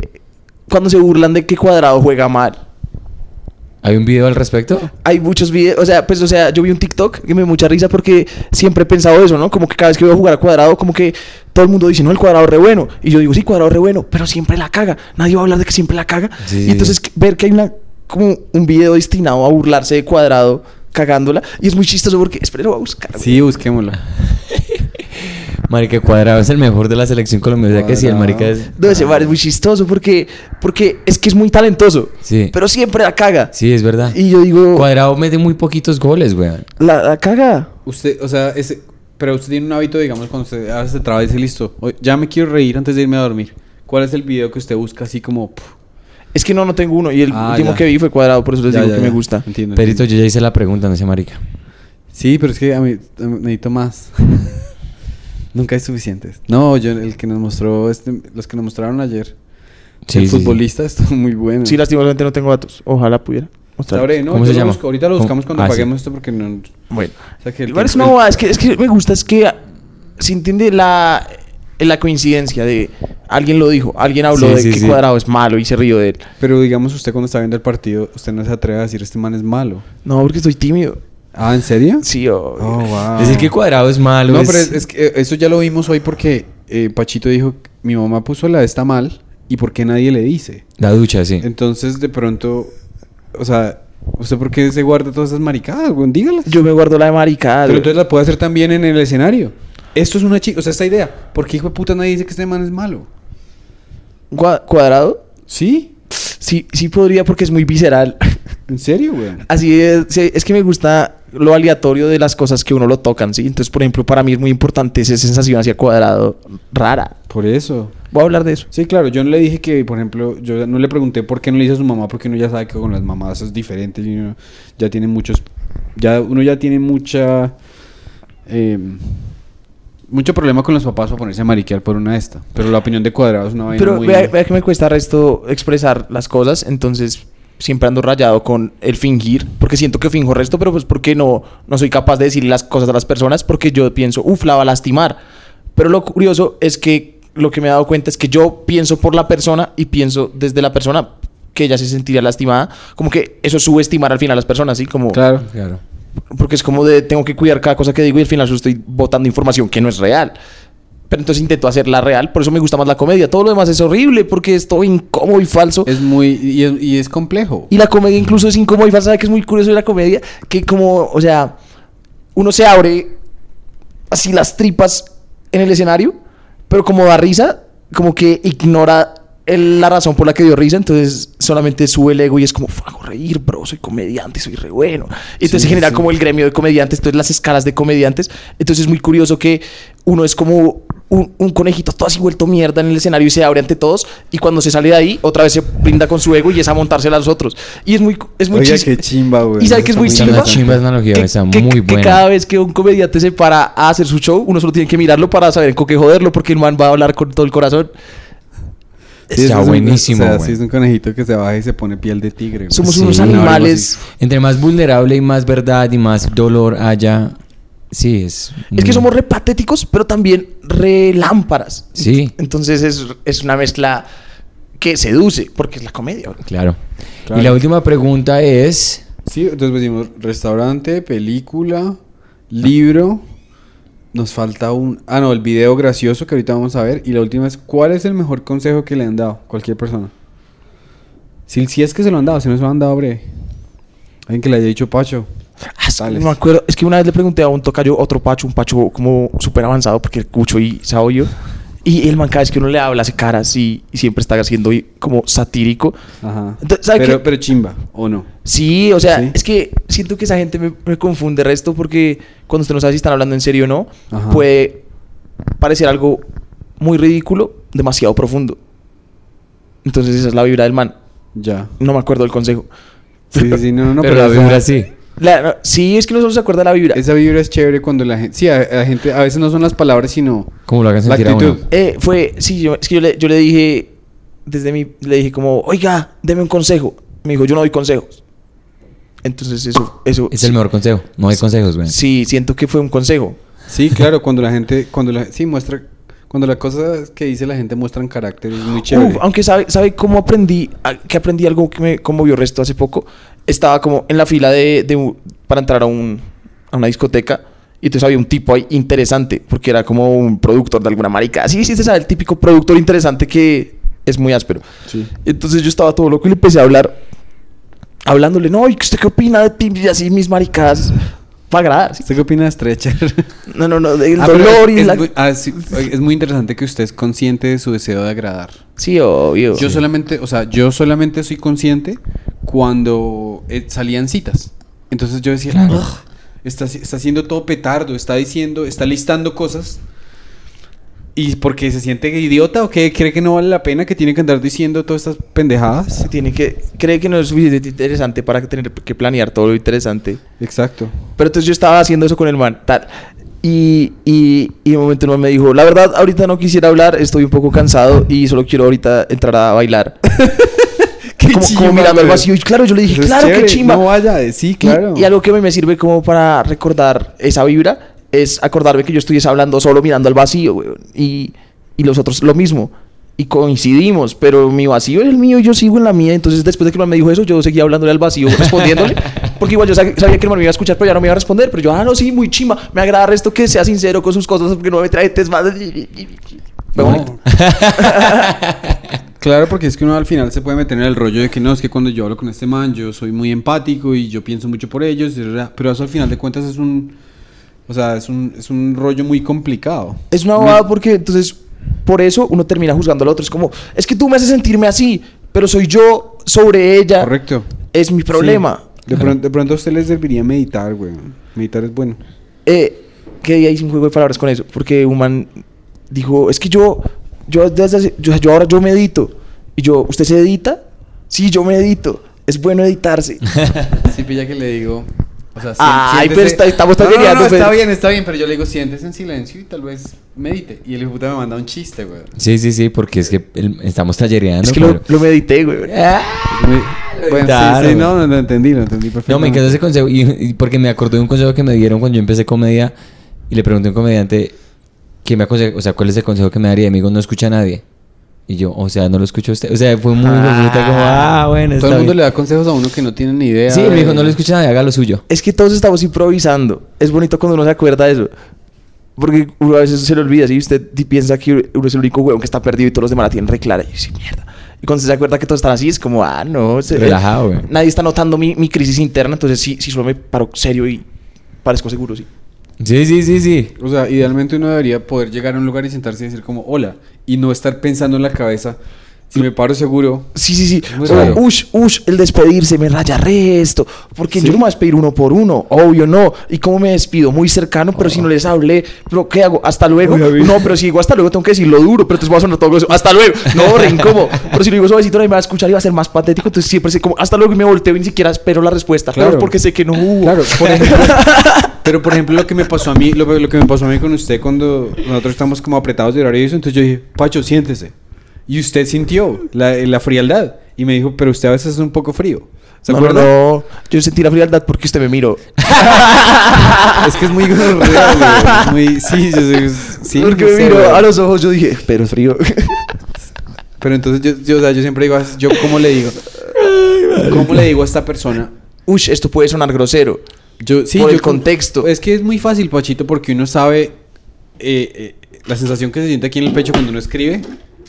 Speaker 2: cuando se burlan de que Cuadrado juega mal.
Speaker 3: ¿Hay un video al respecto?
Speaker 2: Hay muchos videos, o sea, pues, o sea, yo vi un TikTok que me dio mucha risa porque siempre he pensado eso, ¿no? Como que cada vez que veo jugar a Cuadrado, como que todo el mundo dice, no, el Cuadrado re bueno. Y yo digo, sí, Cuadrado re bueno, pero siempre la caga. Nadie va a hablar de que siempre la caga.
Speaker 3: Sí.
Speaker 2: Y entonces que- ver que hay una, como un video destinado a burlarse de Cuadrado cagándola. Y es muy chistoso porque, espera, lo voy a buscar. güey.
Speaker 1: Sí, busquémosla.
Speaker 3: Marica Cuadrado es el mejor de la selección colombiana. O sea que sí, el marica es...
Speaker 2: No, ese man es muy chistoso porque, porque es que es muy talentoso.
Speaker 3: Sí.
Speaker 2: Pero siempre la caga.
Speaker 3: Sí, es verdad.
Speaker 2: Y yo digo,
Speaker 3: Cuadrado mete muy poquitos goles, weón.
Speaker 2: la, la caga.
Speaker 1: Usted, o sea, ese, pero usted tiene un hábito, digamos, cuando usted hace este trabajo y dice, listo, hoy- ya me quiero reír antes de irme a dormir. ¿Cuál es el video que usted busca así como... puf?
Speaker 2: Es que no, no tengo uno. Y el
Speaker 1: Ah,
Speaker 2: último
Speaker 1: ya.
Speaker 2: que vi fue cuadrado, por eso les
Speaker 1: Ya,
Speaker 2: digo
Speaker 1: ya,
Speaker 2: que me
Speaker 1: ya.
Speaker 2: gusta.
Speaker 1: Entiendo.
Speaker 3: Perito,
Speaker 1: entiendo.
Speaker 3: yo ya hice la pregunta, no sé, marica.
Speaker 1: Sí, pero es que a mí a mí necesito más. *laughs* Nunca hay suficientes. No, yo, el que nos mostró, este, los que nos mostraron ayer.
Speaker 3: Sí,
Speaker 1: el
Speaker 3: sí, sí.
Speaker 1: futbolista *laughs* está muy bueno.
Speaker 2: Sí, lastimosamente no tengo datos. Ojalá pudiera mostrar.
Speaker 1: Sabré, ¿no?
Speaker 3: ¿Cómo
Speaker 1: Yo
Speaker 3: se
Speaker 1: lo
Speaker 3: llama?
Speaker 1: busco. Ahorita lo
Speaker 3: ¿Cómo?
Speaker 1: buscamos cuando
Speaker 3: Ah, sí.
Speaker 1: apaguemos esto porque no...
Speaker 2: Bueno.
Speaker 1: o sea, que el
Speaker 2: Igual es
Speaker 1: tiempo-
Speaker 2: una bobada, es que, es que me gusta, es que se entiende la, eh, la coincidencia de alguien lo dijo, alguien habló
Speaker 3: Sí,
Speaker 2: de
Speaker 3: sí,
Speaker 2: que
Speaker 3: sí.
Speaker 2: cuadrado es malo y se rió de él.
Speaker 1: Pero digamos, usted cuando está viendo el partido, usted no se atreve a decir, este man es malo.
Speaker 2: No, porque estoy tímido.
Speaker 1: Ah, ¿en serio?
Speaker 2: Sí, obvio.
Speaker 1: Oh, wow.
Speaker 3: Decir que Cuadrado es
Speaker 2: Ah,
Speaker 3: malo
Speaker 1: No,
Speaker 3: es-
Speaker 1: pero es, es que eh, eso ya lo vimos hoy porque eh, Pachito dijo, mi mamá puso la de está mal y por qué nadie le dice.
Speaker 3: La ducha, sí.
Speaker 1: Entonces, de pronto, o sea, ¿usted por qué se guarda todas esas maricadas? güey? dígalas.
Speaker 2: Yo me guardo la de maricada.
Speaker 1: pero entonces la puede hacer también en el escenario. Esto es una chica, o sea, esta idea. ¿Por qué hijo de puta nadie dice que este man es malo?
Speaker 2: Gua- Cuadrado,
Speaker 1: ¿Sí?
Speaker 2: sí, sí podría porque es muy visceral. *laughs*
Speaker 1: ¿En serio, güey?
Speaker 2: Así es, sí, es que me gusta lo aleatorio de las cosas que uno lo tocan, ¿sí? Entonces, por ejemplo, para mí es muy importante esa sensación hacia cuadrado rara.
Speaker 1: Por eso.
Speaker 2: Voy a hablar de eso.
Speaker 1: Sí, claro, yo no le dije que, por ejemplo, yo no le pregunté por qué no le dice a su mamá, porque uno ya sabe que con las mamás es diferente y uno ya tiene muchos, ya uno ya tiene mucha, eh, mucho problema con los papás para ponerse a mariquear por una de esta. Pero la opinión de Cuadrado es una vaina
Speaker 2: Pero
Speaker 1: muy...
Speaker 2: vea, vea que me cuesta resto expresar las cosas, entonces siempre ando rayado con el fingir, porque siento que finjo resto, pero pues porque no, no soy capaz de decir las cosas a las personas, porque yo pienso, uff, la va a lastimar. Pero lo curioso es que lo que me he dado cuenta es que yo pienso por la persona y pienso desde la persona que ella se sentiría lastimada, como que eso es subestimar al final a las personas, ¿sí? Como,
Speaker 1: Claro.
Speaker 3: Claro.
Speaker 2: porque es como de tengo que cuidar cada cosa que digo y al final yo estoy botando información que no es real. Pero entonces intento hacerla real, por eso me gusta más la comedia. Todo lo demás es horrible porque es todo incómodo y falso.
Speaker 1: Es muy, y es, y es complejo.
Speaker 2: Y la comedia incluso es incómoda y falsa. ¿Sabe que es muy curioso de la comedia? Que como, o sea, uno se abre así las tripas en el escenario, pero como da risa, como que ignora el- la razón por la que dio risa, entonces solamente sube el ego y es como, "Fu, hago reír, bro, soy comediante, soy re bueno. Y entonces
Speaker 1: Sí,
Speaker 2: se genera
Speaker 1: sí.
Speaker 2: como el gremio de comediantes, entonces las escalas de comediantes. Entonces es muy curioso que uno es como un, un conejito todo así vuelto mierda en el escenario y se abre ante todos. Y cuando se sale de ahí, otra vez se brinda con su ego y es a montársela a los otros. Y es muy, es muy
Speaker 1: Oiga,
Speaker 2: chis-
Speaker 1: qué chimba, güey.
Speaker 2: ¿Y sabe qué es
Speaker 1: Está
Speaker 2: muy
Speaker 3: Está una
Speaker 2: chimba?
Speaker 1: interesante.
Speaker 3: chimba analogía,
Speaker 2: que-
Speaker 3: está
Speaker 2: que-
Speaker 3: muy
Speaker 2: que
Speaker 3: buena.
Speaker 2: cada vez que un comediante se para a hacer su show, uno solo tiene que mirarlo para saber con qué joderlo, porque el man va a hablar con todo el corazón.
Speaker 1: Sí,
Speaker 3: Está
Speaker 1: eso es un-
Speaker 3: buenísimo,
Speaker 1: O sea,
Speaker 3: güey.
Speaker 1: sí es un conejito que se baja y se pone piel de tigre. güey.
Speaker 2: Somos
Speaker 1: Sí,
Speaker 2: unos
Speaker 1: no, algo
Speaker 2: animales.
Speaker 3: Entre más vulnerable y más verdad y más dolor haya, sí, es...
Speaker 2: Es que
Speaker 3: muy-
Speaker 2: somos re patéticos, pero también re lámparas.
Speaker 3: Sí,
Speaker 2: Entonces es, es una mezcla que seduce, porque es la comedia. bro.
Speaker 3: claro.
Speaker 1: Claro.
Speaker 3: Y la última pregunta es...
Speaker 1: así. Sí, entonces pusimos restaurante, película, libro. Nos falta un... Ah, no, el video gracioso que ahorita vamos a ver. Y la última es, ¿cuál es el mejor consejo que le han dado cualquier persona? Si, si es que se lo han dado, si no se lo han dado, breve. Alguien que le haya dicho Pacho.
Speaker 2: Ah, es que
Speaker 1: Tales.
Speaker 2: no me acuerdo. Es que una vez le pregunté a un tocayo, otro pacho, un pacho como súper avanzado, porque el cucho y saoyo. Y el man cada vez que uno le habla hace caras y, y siempre está haciendo y- como satírico.
Speaker 1: Ajá.
Speaker 2: Entonces, ¿sabe
Speaker 1: pero,
Speaker 2: qué?
Speaker 1: pero chimba, ¿o no?
Speaker 2: Sí, o sea,
Speaker 1: Sí.
Speaker 2: es que siento que esa gente me, me confunde resto porque cuando usted no sabe si están hablando en serio o no,
Speaker 1: Ajá.
Speaker 2: puede parecer algo muy ridículo, demasiado profundo. Entonces esa es la vibra del man.
Speaker 1: Ya.
Speaker 2: No me acuerdo del consejo.
Speaker 1: Sí, sí, sí, no, no, no.
Speaker 3: *laughs* pero, la
Speaker 1: o sea,
Speaker 3: vibra sí.
Speaker 2: *laughs* La- no, sí, es que no solo se acuerda la vibra.
Speaker 1: Esa vibra es chévere cuando la gente... Sí, a, a la gente, a veces no son las palabras, sino...
Speaker 3: Como lo hagan
Speaker 1: La
Speaker 3: sentir a
Speaker 1: actitud.
Speaker 3: uno.
Speaker 2: Eh, fue, sí, yo, es que yo le, yo le dije, desde mi, le dije como, oiga, deme un consejo. Me dijo, yo no doy consejos. Entonces eso, eso.
Speaker 3: Es
Speaker 2: sí,
Speaker 3: el mejor consejo. No hay consejos, güey.
Speaker 2: Sí, siento que fue un consejo.
Speaker 1: Sí, claro, cuando la gente, cuando la, sí muestra, cuando las cosas que dice la gente muestran carácter es muy chévere.
Speaker 2: Uf, aunque sabe, sabe cómo aprendí, a- que aprendí algo que me conmovió resto hace poco. Estaba como en la fila de, de un- para entrar a, un, a una discoteca y entonces había un tipo ahí interesante, porque era como un productor de alguna marica. Sí, sí, se sabe, el típico productor interesante que es muy áspero.
Speaker 1: Sí.
Speaker 2: Entonces yo estaba todo loco y le empecé a hablar, hablándole, no, ¿y usted qué opina de ti? Y así mis maricadas, para agradar. ¿sí?
Speaker 1: ¿Usted qué opina de estrechar?
Speaker 2: No, no, no, del
Speaker 1: Ah, pero
Speaker 2: dolor y
Speaker 1: es,
Speaker 2: la...
Speaker 1: muy, ah, sí, oye, es muy interesante que usted es consciente de su deseo de agradar.
Speaker 2: Sí, obvio.
Speaker 1: Yo solamente, o sea, yo solamente soy consciente cuando eh, salían citas. Entonces yo decía,
Speaker 3: Claro.
Speaker 1: "Ugh, está, haci- está haciendo todo petardo, está diciendo, está listando cosas. ¿Y porque se siente idiota o qué? ¿Cree que no vale la pena que tiene que andar diciendo todas estas pendejadas?
Speaker 2: Se tiene que cree que no es suficientemente interesante para tener que planear todo lo interesante.
Speaker 1: Exacto.
Speaker 2: Pero entonces yo estaba haciendo eso con el man, tal. Y, y, y de momento el man me dijo, la verdad, ahorita no quisiera hablar, estoy un poco cansado y solo quiero ahorita entrar a
Speaker 1: *laughs*
Speaker 2: bailar. como, como mirando
Speaker 1: güey.
Speaker 2: al vacío. Y claro, yo le dije,
Speaker 1: Eso es
Speaker 2: claro, qué
Speaker 1: chévere,
Speaker 2: chimba.
Speaker 1: No vaya, eh, sí,
Speaker 2: Y-
Speaker 1: claro.
Speaker 2: Y, algo que a mí me sirve como para recordar esa vibra es acordarme que yo estuviese hablando solo mirando al vacío, güey. Y, y los otros lo mismo. Y coincidimos, pero mi vacío es el mío y yo sigo en la mía. Entonces, después de que el man me dijo eso, yo seguía hablándole al vacío, respondiéndole. Porque igual yo sa- sabía que el man me iba a escuchar, pero ya no me iba a responder. Pero yo, ah, no, sí, muy chimba. Me agrada esto que sea sincero con sus cosas, porque no me trae test más. Fue
Speaker 1: No.
Speaker 2: bonito.
Speaker 1: *laughs* claro, porque es que uno al final se puede meter en el rollo de que no, es que cuando yo hablo con este man, yo soy muy empático y yo pienso mucho por ellos, y ra- pero eso al final de cuentas es un. O sea, es un, es un rollo muy complicado.
Speaker 2: Es una bobada porque entonces por eso uno termina juzgando al otro. Es como, es que tú me haces sentirme así, pero soy yo sobre ella.
Speaker 1: Correcto.
Speaker 2: Es mi problema.
Speaker 1: Sí. De, pronto, de pronto a usted les serviría meditar, güey. Meditar es bueno.
Speaker 2: Eh, que ahí hice un juego de palabras con eso, porque un man dijo, es que yo, yo desde hace- yo, yo ahora yo medito. Y yo, ¿usted se edita? Sí, yo medito. Es
Speaker 1: *laughs*
Speaker 2: bueno editarse.
Speaker 1: Sí, pilla que le digo. O sea, sien-
Speaker 2: Ay,
Speaker 1: siéntese-
Speaker 2: pero está- estamos
Speaker 1: no, no, no,
Speaker 2: tagueando,
Speaker 1: está
Speaker 2: pero-
Speaker 1: bien, está bien, pero yo le digo, siéntese en silencio y tal vez medite. Y el hijo de puta me manda un chiste, güey.
Speaker 3: *laughs* Sí, sí, sí, porque es que el- estamos tallereando.
Speaker 2: es que lo,
Speaker 3: pero-
Speaker 2: lo medité, güey.
Speaker 1: Muy- Bueno,
Speaker 3: Claro,
Speaker 1: sí, sí,
Speaker 3: güey.
Speaker 1: no, no, lo entendí, lo entendí perfectamente.
Speaker 3: No, me encanta ese consejo. Y, y porque me acordé de un consejo que me dieron cuando yo empecé comedia. Y le pregunté a un comediante, ¿qué me aconse- O sea, ¿cuál es el consejo que me daría? Y me dijo, no escucha a nadie. Y yo, o sea, no lo escucha usted. O sea, fue muy
Speaker 2: Ah.
Speaker 3: bonito, como, ah, bueno,
Speaker 1: Todo
Speaker 3: está
Speaker 1: el mundo
Speaker 3: bien".
Speaker 1: le da consejos a uno que no tiene ni idea.
Speaker 3: Sí,
Speaker 1: me
Speaker 3: me dijo, no lo escucha nadie, haga lo suyo.
Speaker 2: Es que todos estamos improvisando. Es bonito cuando uno se acuerda de eso. Porque uno a veces se le olvida, si usted di- piensa que uno es el único huevón que está perdido y todos los demás la tienen re clara. Y yo, sí, mierda. Y cuando se acuerda que todos están así, es como, ah, no. se-
Speaker 3: Relajado, güey.
Speaker 2: Nadie está notando mi, mi crisis interna, entonces sí, sí, solo me paro serio y parezco seguro, sí.
Speaker 3: Sí, sí, sí, sí.
Speaker 1: O sea, idealmente uno debería poder llegar a un lugar y sentarse y decir como hola y no estar pensando en la cabeza Si me paro seguro.
Speaker 2: Sí, sí, sí.
Speaker 1: Muy
Speaker 2: O,
Speaker 1: raro.
Speaker 2: ush, ush, el despedirse me raya resto. Porque
Speaker 1: Sí.
Speaker 2: yo no me voy a despedir uno por uno. Obvio, no. ¿Y cómo me despido? Muy cercano, pero
Speaker 1: Ah.
Speaker 2: si no les hablé. ¿Pero qué hago? ¿Hasta luego?
Speaker 1: Uy, David.
Speaker 2: no, pero si digo hasta luego, tengo que decirlo duro. Pero entonces voy a sonar todo grueso. ¡Hasta luego! No, re incómodo. Pero si lo digo suavecito, nadie me va a escuchar y va a ser más patético. Entonces siempre sé como hasta luego y me volteo y ni siquiera espero la respuesta. Claro,
Speaker 1: Claro.
Speaker 2: porque sé que no hubo.
Speaker 1: Claro,
Speaker 2: *laughs*
Speaker 1: por ejemplo. pero por ejemplo, lo que me pasó a mí, lo, lo que me pasó a mí con usted cuando nosotros estamos como apretados de horario y eso, entonces yo dije, Pacho, siéntese. Y usted sintió la, la frialdad. Y me dijo, pero usted a veces es un poco frío. ¿Se
Speaker 2: no, no,
Speaker 1: acuerda?
Speaker 2: no. Yo sentí la frialdad porque usted me *laughs* miró.
Speaker 1: Es que es muy gonorrea, güey. Muy, sí, yo sé, sí,
Speaker 2: porque
Speaker 1: no
Speaker 2: me
Speaker 1: sé,
Speaker 2: miró
Speaker 1: güey.
Speaker 2: a los ojos. Yo dije, pero es frío. *laughs*
Speaker 1: Pero entonces yo, yo, o sea, yo siempre digo, yo cómo le digo, cómo le digo a esta persona.
Speaker 2: ush, esto puede sonar grosero.
Speaker 1: Yo, sí,
Speaker 2: Por
Speaker 1: yo
Speaker 2: el
Speaker 1: como-
Speaker 2: contexto.
Speaker 1: Es que es muy fácil, Pachito, porque uno sabe eh, eh, la sensación que se siente aquí en el pecho cuando uno escribe,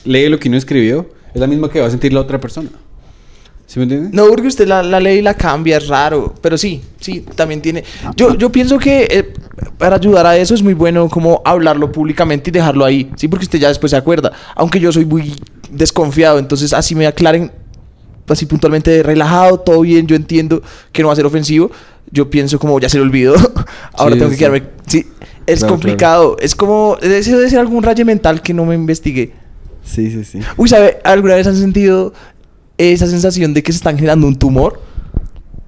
Speaker 1: lee lo que uno escribió, es la misma que va a sentir la otra persona. ¿Sí me entiendes?
Speaker 2: No, porque usted la, la ley la cambia, es raro. Pero sí, sí, también tiene. Yo, yo pienso que eh, para ayudar a eso es muy bueno como hablarlo públicamente y dejarlo ahí. Sí, porque usted ya después se acuerda. Aunque yo soy muy desconfiado, entonces así me aclaren, así puntualmente relajado, todo bien, yo entiendo que no va a ser ofensivo. Yo pienso como ya se le olvidó. *laughs* Ahora
Speaker 1: Sí, sí,
Speaker 2: tengo que quedarme. Sí, es
Speaker 1: Claro,
Speaker 2: complicado. Es como. Eso debe ser algún rayo mental que no me investigué.
Speaker 1: Sí, sí, sí.
Speaker 2: Uy, ¿sabe? ¿Alguna vez han sentido esa sensación de que se están generando un tumor?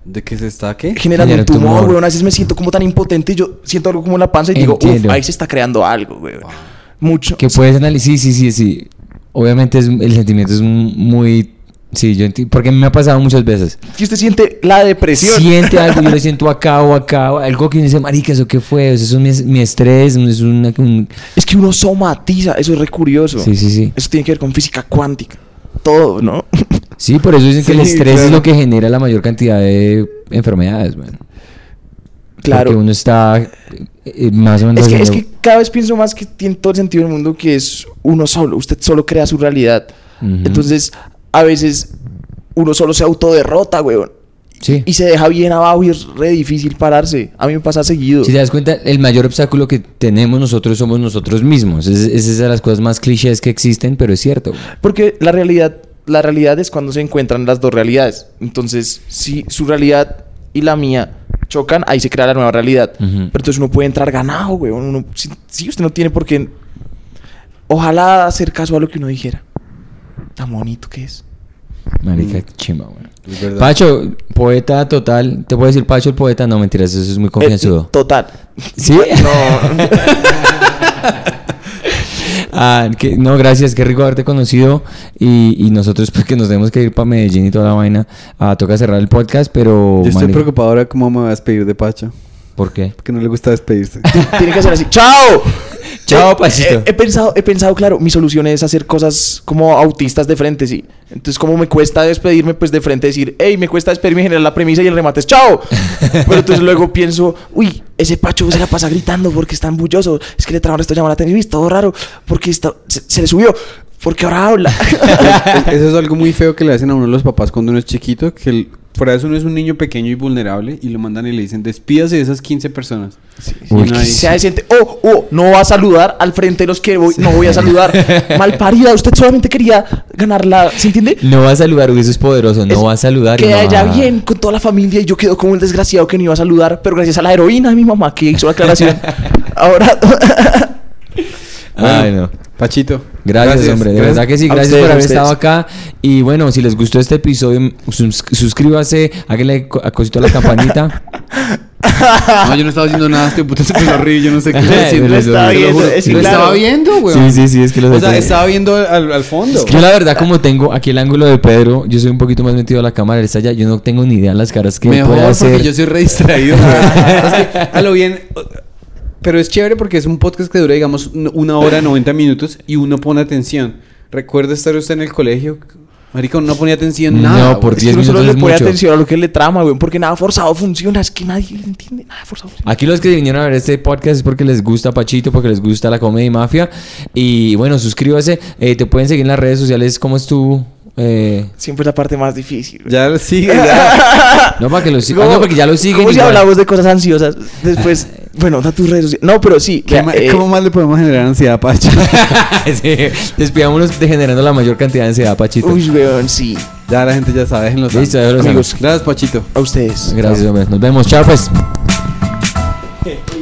Speaker 1: ¿De qué se está qué?
Speaker 2: generando
Speaker 3: Genera
Speaker 2: un tumor,
Speaker 3: tumor.
Speaker 2: güey. A veces me siento como tan impotente y yo siento algo como en la panza y digo, uff,
Speaker 3: Entiendo.
Speaker 2: ahí se está creando algo, güey. Mucho.
Speaker 3: Que puedes analizar. Sí, sí, sí, sí. Obviamente es, el sentimiento es muy. Sí, yo entiendo. Porque a mí me ha pasado muchas veces.
Speaker 2: Que usted siente la depresión. *laughs*
Speaker 3: Siente algo, yo lo siento acá o acá, o algo que uno dice, marica, ¿eso qué fue? ¿Eso es mi, mi estrés? ¿Es una, un-
Speaker 2: Es que uno somatiza, eso es re curioso.
Speaker 3: Sí, sí, sí.
Speaker 2: Eso tiene que ver con física cuántica. Todo, ¿no? *laughs*
Speaker 3: Sí, por eso dicen que el
Speaker 2: Sí,
Speaker 3: estrés es
Speaker 2: claro.
Speaker 3: lo que genera la mayor cantidad de enfermedades, man.
Speaker 2: claro.
Speaker 3: Porque uno está eh, más o menos...
Speaker 2: Es que, es que
Speaker 3: haciendo-
Speaker 2: cada vez pienso más que tiene todo el sentido del mundo que es uno solo. Usted solo crea su realidad.
Speaker 3: Ujú.
Speaker 2: Entonces, a veces uno solo se autoderrota, weón.
Speaker 3: Sí.
Speaker 2: Y se deja bien abajo y es re difícil pararse. A mí me pasa seguido.
Speaker 3: Si te das cuenta, el mayor obstáculo que tenemos nosotros somos nosotros mismos. Es, es esa de las cosas más clichés que existen, pero es cierto.
Speaker 2: Porque la realidad, la realidad es cuando se encuentran las dos realidades. Entonces, si su realidad y la mía chocan, ahí se crea la nueva realidad.
Speaker 3: Ujú.
Speaker 2: Pero entonces uno puede entrar ganado, güey. Uno, si, si usted no tiene por qué... Ojalá hacer caso a lo que uno dijera. Tan bonito que es.
Speaker 3: Marica,
Speaker 2: Mm.
Speaker 3: qué chimba, güey.
Speaker 1: Es verdad.
Speaker 3: Pacho, poeta total. Te puedo decir Pacho el poeta. No, mentiras, eso es muy
Speaker 2: Eh,
Speaker 3: confianzudo.
Speaker 2: total.
Speaker 3: ¿Sí?
Speaker 2: *laughs* No.
Speaker 3: *laughs* Ah, que- no, gracias, qué rico haberte conocido. Y, y nosotros, pues que nos tenemos que ir para Medellín y toda la vaina. Ah, toca cerrar el podcast, pero.
Speaker 1: Yo estoy
Speaker 3: marica,
Speaker 1: preocupado ahora cómo me va a despedir de Pacho,
Speaker 3: ¿Por qué?
Speaker 1: porque no le gusta
Speaker 3: *laughs*
Speaker 1: despedirse.
Speaker 2: tiene que hacer así. ¡Chao!
Speaker 3: Chao,
Speaker 2: Eh,
Speaker 3: Pachito.
Speaker 2: eh, He, pensado, he pensado, claro, mi solución es hacer cosas como autistas de frente, sí. Entonces, como me cuesta despedirme, pues de frente decir, hey, me cuesta despedirme, generar la premisa y el remate es chao.
Speaker 3: *laughs*
Speaker 2: Pero entonces luego pienso, uy, ese pacho se la pasa gritando porque está embulloso. Es que le trabaron esto, llama la atención, "Uy, es todo raro, porque está, se, se le subió, porque ahora
Speaker 3: *laughs*
Speaker 2: habla. *laughs*
Speaker 1: Es- Eso es algo muy feo que le hacen a uno de los papás cuando uno es chiquito, que el- fuera de eso uno es un niño pequeño y vulnerable y lo mandan y le dicen, despídase de esas 15 personas. Y
Speaker 3: Uy,
Speaker 1: uno
Speaker 3: qué
Speaker 1: ahí-
Speaker 2: sea decente. Oh, oh, no va a saludar al frente de los que voy- no voy a saludar.
Speaker 3: *laughs*
Speaker 2: Malparida, usted solamente quería ganarla, ¿se entiende?
Speaker 3: No va a saludar, uy, eso es poderoso. No
Speaker 2: Es-
Speaker 3: va a saludar. y
Speaker 2: Queda
Speaker 3: no
Speaker 2: allá
Speaker 3: va-
Speaker 2: bien con toda la familia y yo quedo como el desgraciado que no iba a saludar, pero gracias a la heroína de mi mamá que hizo
Speaker 3: *laughs*
Speaker 2: la aclaración. Ahora.
Speaker 3: Ay,
Speaker 1: Bueno,
Speaker 3: no.
Speaker 1: Pachito.
Speaker 3: Gracias, hombre. De
Speaker 1: *laughs*
Speaker 3: verdad que sí.
Speaker 2: a
Speaker 3: Gracias
Speaker 2: ustedes,
Speaker 3: por
Speaker 2: a
Speaker 3: haber
Speaker 2: ustedes.
Speaker 3: estado acá. Y bueno, si les gustó este episodio, sus- suscríbase, háganle co- a cosito a la campanita.
Speaker 1: No, yo no estaba haciendo nada, este puto se puso a reír, yo no
Speaker 3: *laughs*
Speaker 1: sé qué estaba haciendo.
Speaker 3: Lo estaba
Speaker 1: Te lo
Speaker 2: viendo,
Speaker 1: juro.
Speaker 2: es
Speaker 1: Lo
Speaker 2: claro.
Speaker 1: estaba viendo, güey.
Speaker 3: Sí, sí, sí, es que los
Speaker 1: O sea,
Speaker 3: otros-
Speaker 1: estaba viendo al, al fondo.
Speaker 3: Yo la verdad, como tengo aquí el ángulo de Pedro, yo soy un poquito más metido a la cámara, él está allá, yo no tengo ni idea de las caras que él
Speaker 1: Mejor
Speaker 3: puede hacer.
Speaker 1: porque yo soy re
Speaker 3: *laughs*
Speaker 1: distraído. güey. Es que, a lo bien. o- Pero es chévere porque es un podcast que dura, digamos, un- una hora, 90 minutos y uno pone atención. Recuerda estar usted en el colegio. Marica, uno no ponía atención en
Speaker 3: No,
Speaker 1: nada.
Speaker 3: por
Speaker 1: güey.
Speaker 3: Diez
Speaker 2: *laughs* es que uno solo
Speaker 3: minutos
Speaker 2: le
Speaker 3: es
Speaker 2: pone
Speaker 3: mucho.
Speaker 2: atención a lo que le trama, güey, porque nada forzado funciona, es que nadie le entiende, nada forzado funciona.
Speaker 3: Aquí los que vinieron a ver este podcast es porque les gusta Pachito, porque les gusta la comedia y mafia. Y bueno, suscríbase. Eh, te pueden seguir en las redes sociales. ¿Cómo es tu eh,
Speaker 2: Siempre es la parte más difícil. güey.
Speaker 1: Ya sigue,
Speaker 3: *laughs*
Speaker 1: ya.
Speaker 2: *laughs*
Speaker 3: no, para que lo sigan.
Speaker 2: ¿Cómo-
Speaker 3: no, porque ya lo siguen.
Speaker 2: ¿Cómo si
Speaker 3: igual.
Speaker 2: hablamos de cosas ansiosas?
Speaker 3: *laughs*
Speaker 2: Después, bueno, da tus redes sociales. No, pero sí.
Speaker 1: ¿Qué
Speaker 2: vea,
Speaker 1: ma-
Speaker 2: eh,
Speaker 1: ¿Cómo más le podemos generar ansiedad a Pacho? *laughs*
Speaker 3: *laughs* sí, despidámonos de generando la mayor cantidad de ansiedad, Pachito.
Speaker 2: Uy, weón, sí.
Speaker 1: ya la gente ya sabe, déjenlo saber.
Speaker 3: Listo, ya lo saben.
Speaker 1: Amigos, gracias Pachito.
Speaker 2: A ustedes.
Speaker 3: Gracias, hombre. Nos vemos. Chao, pues.
Speaker 2: Chao.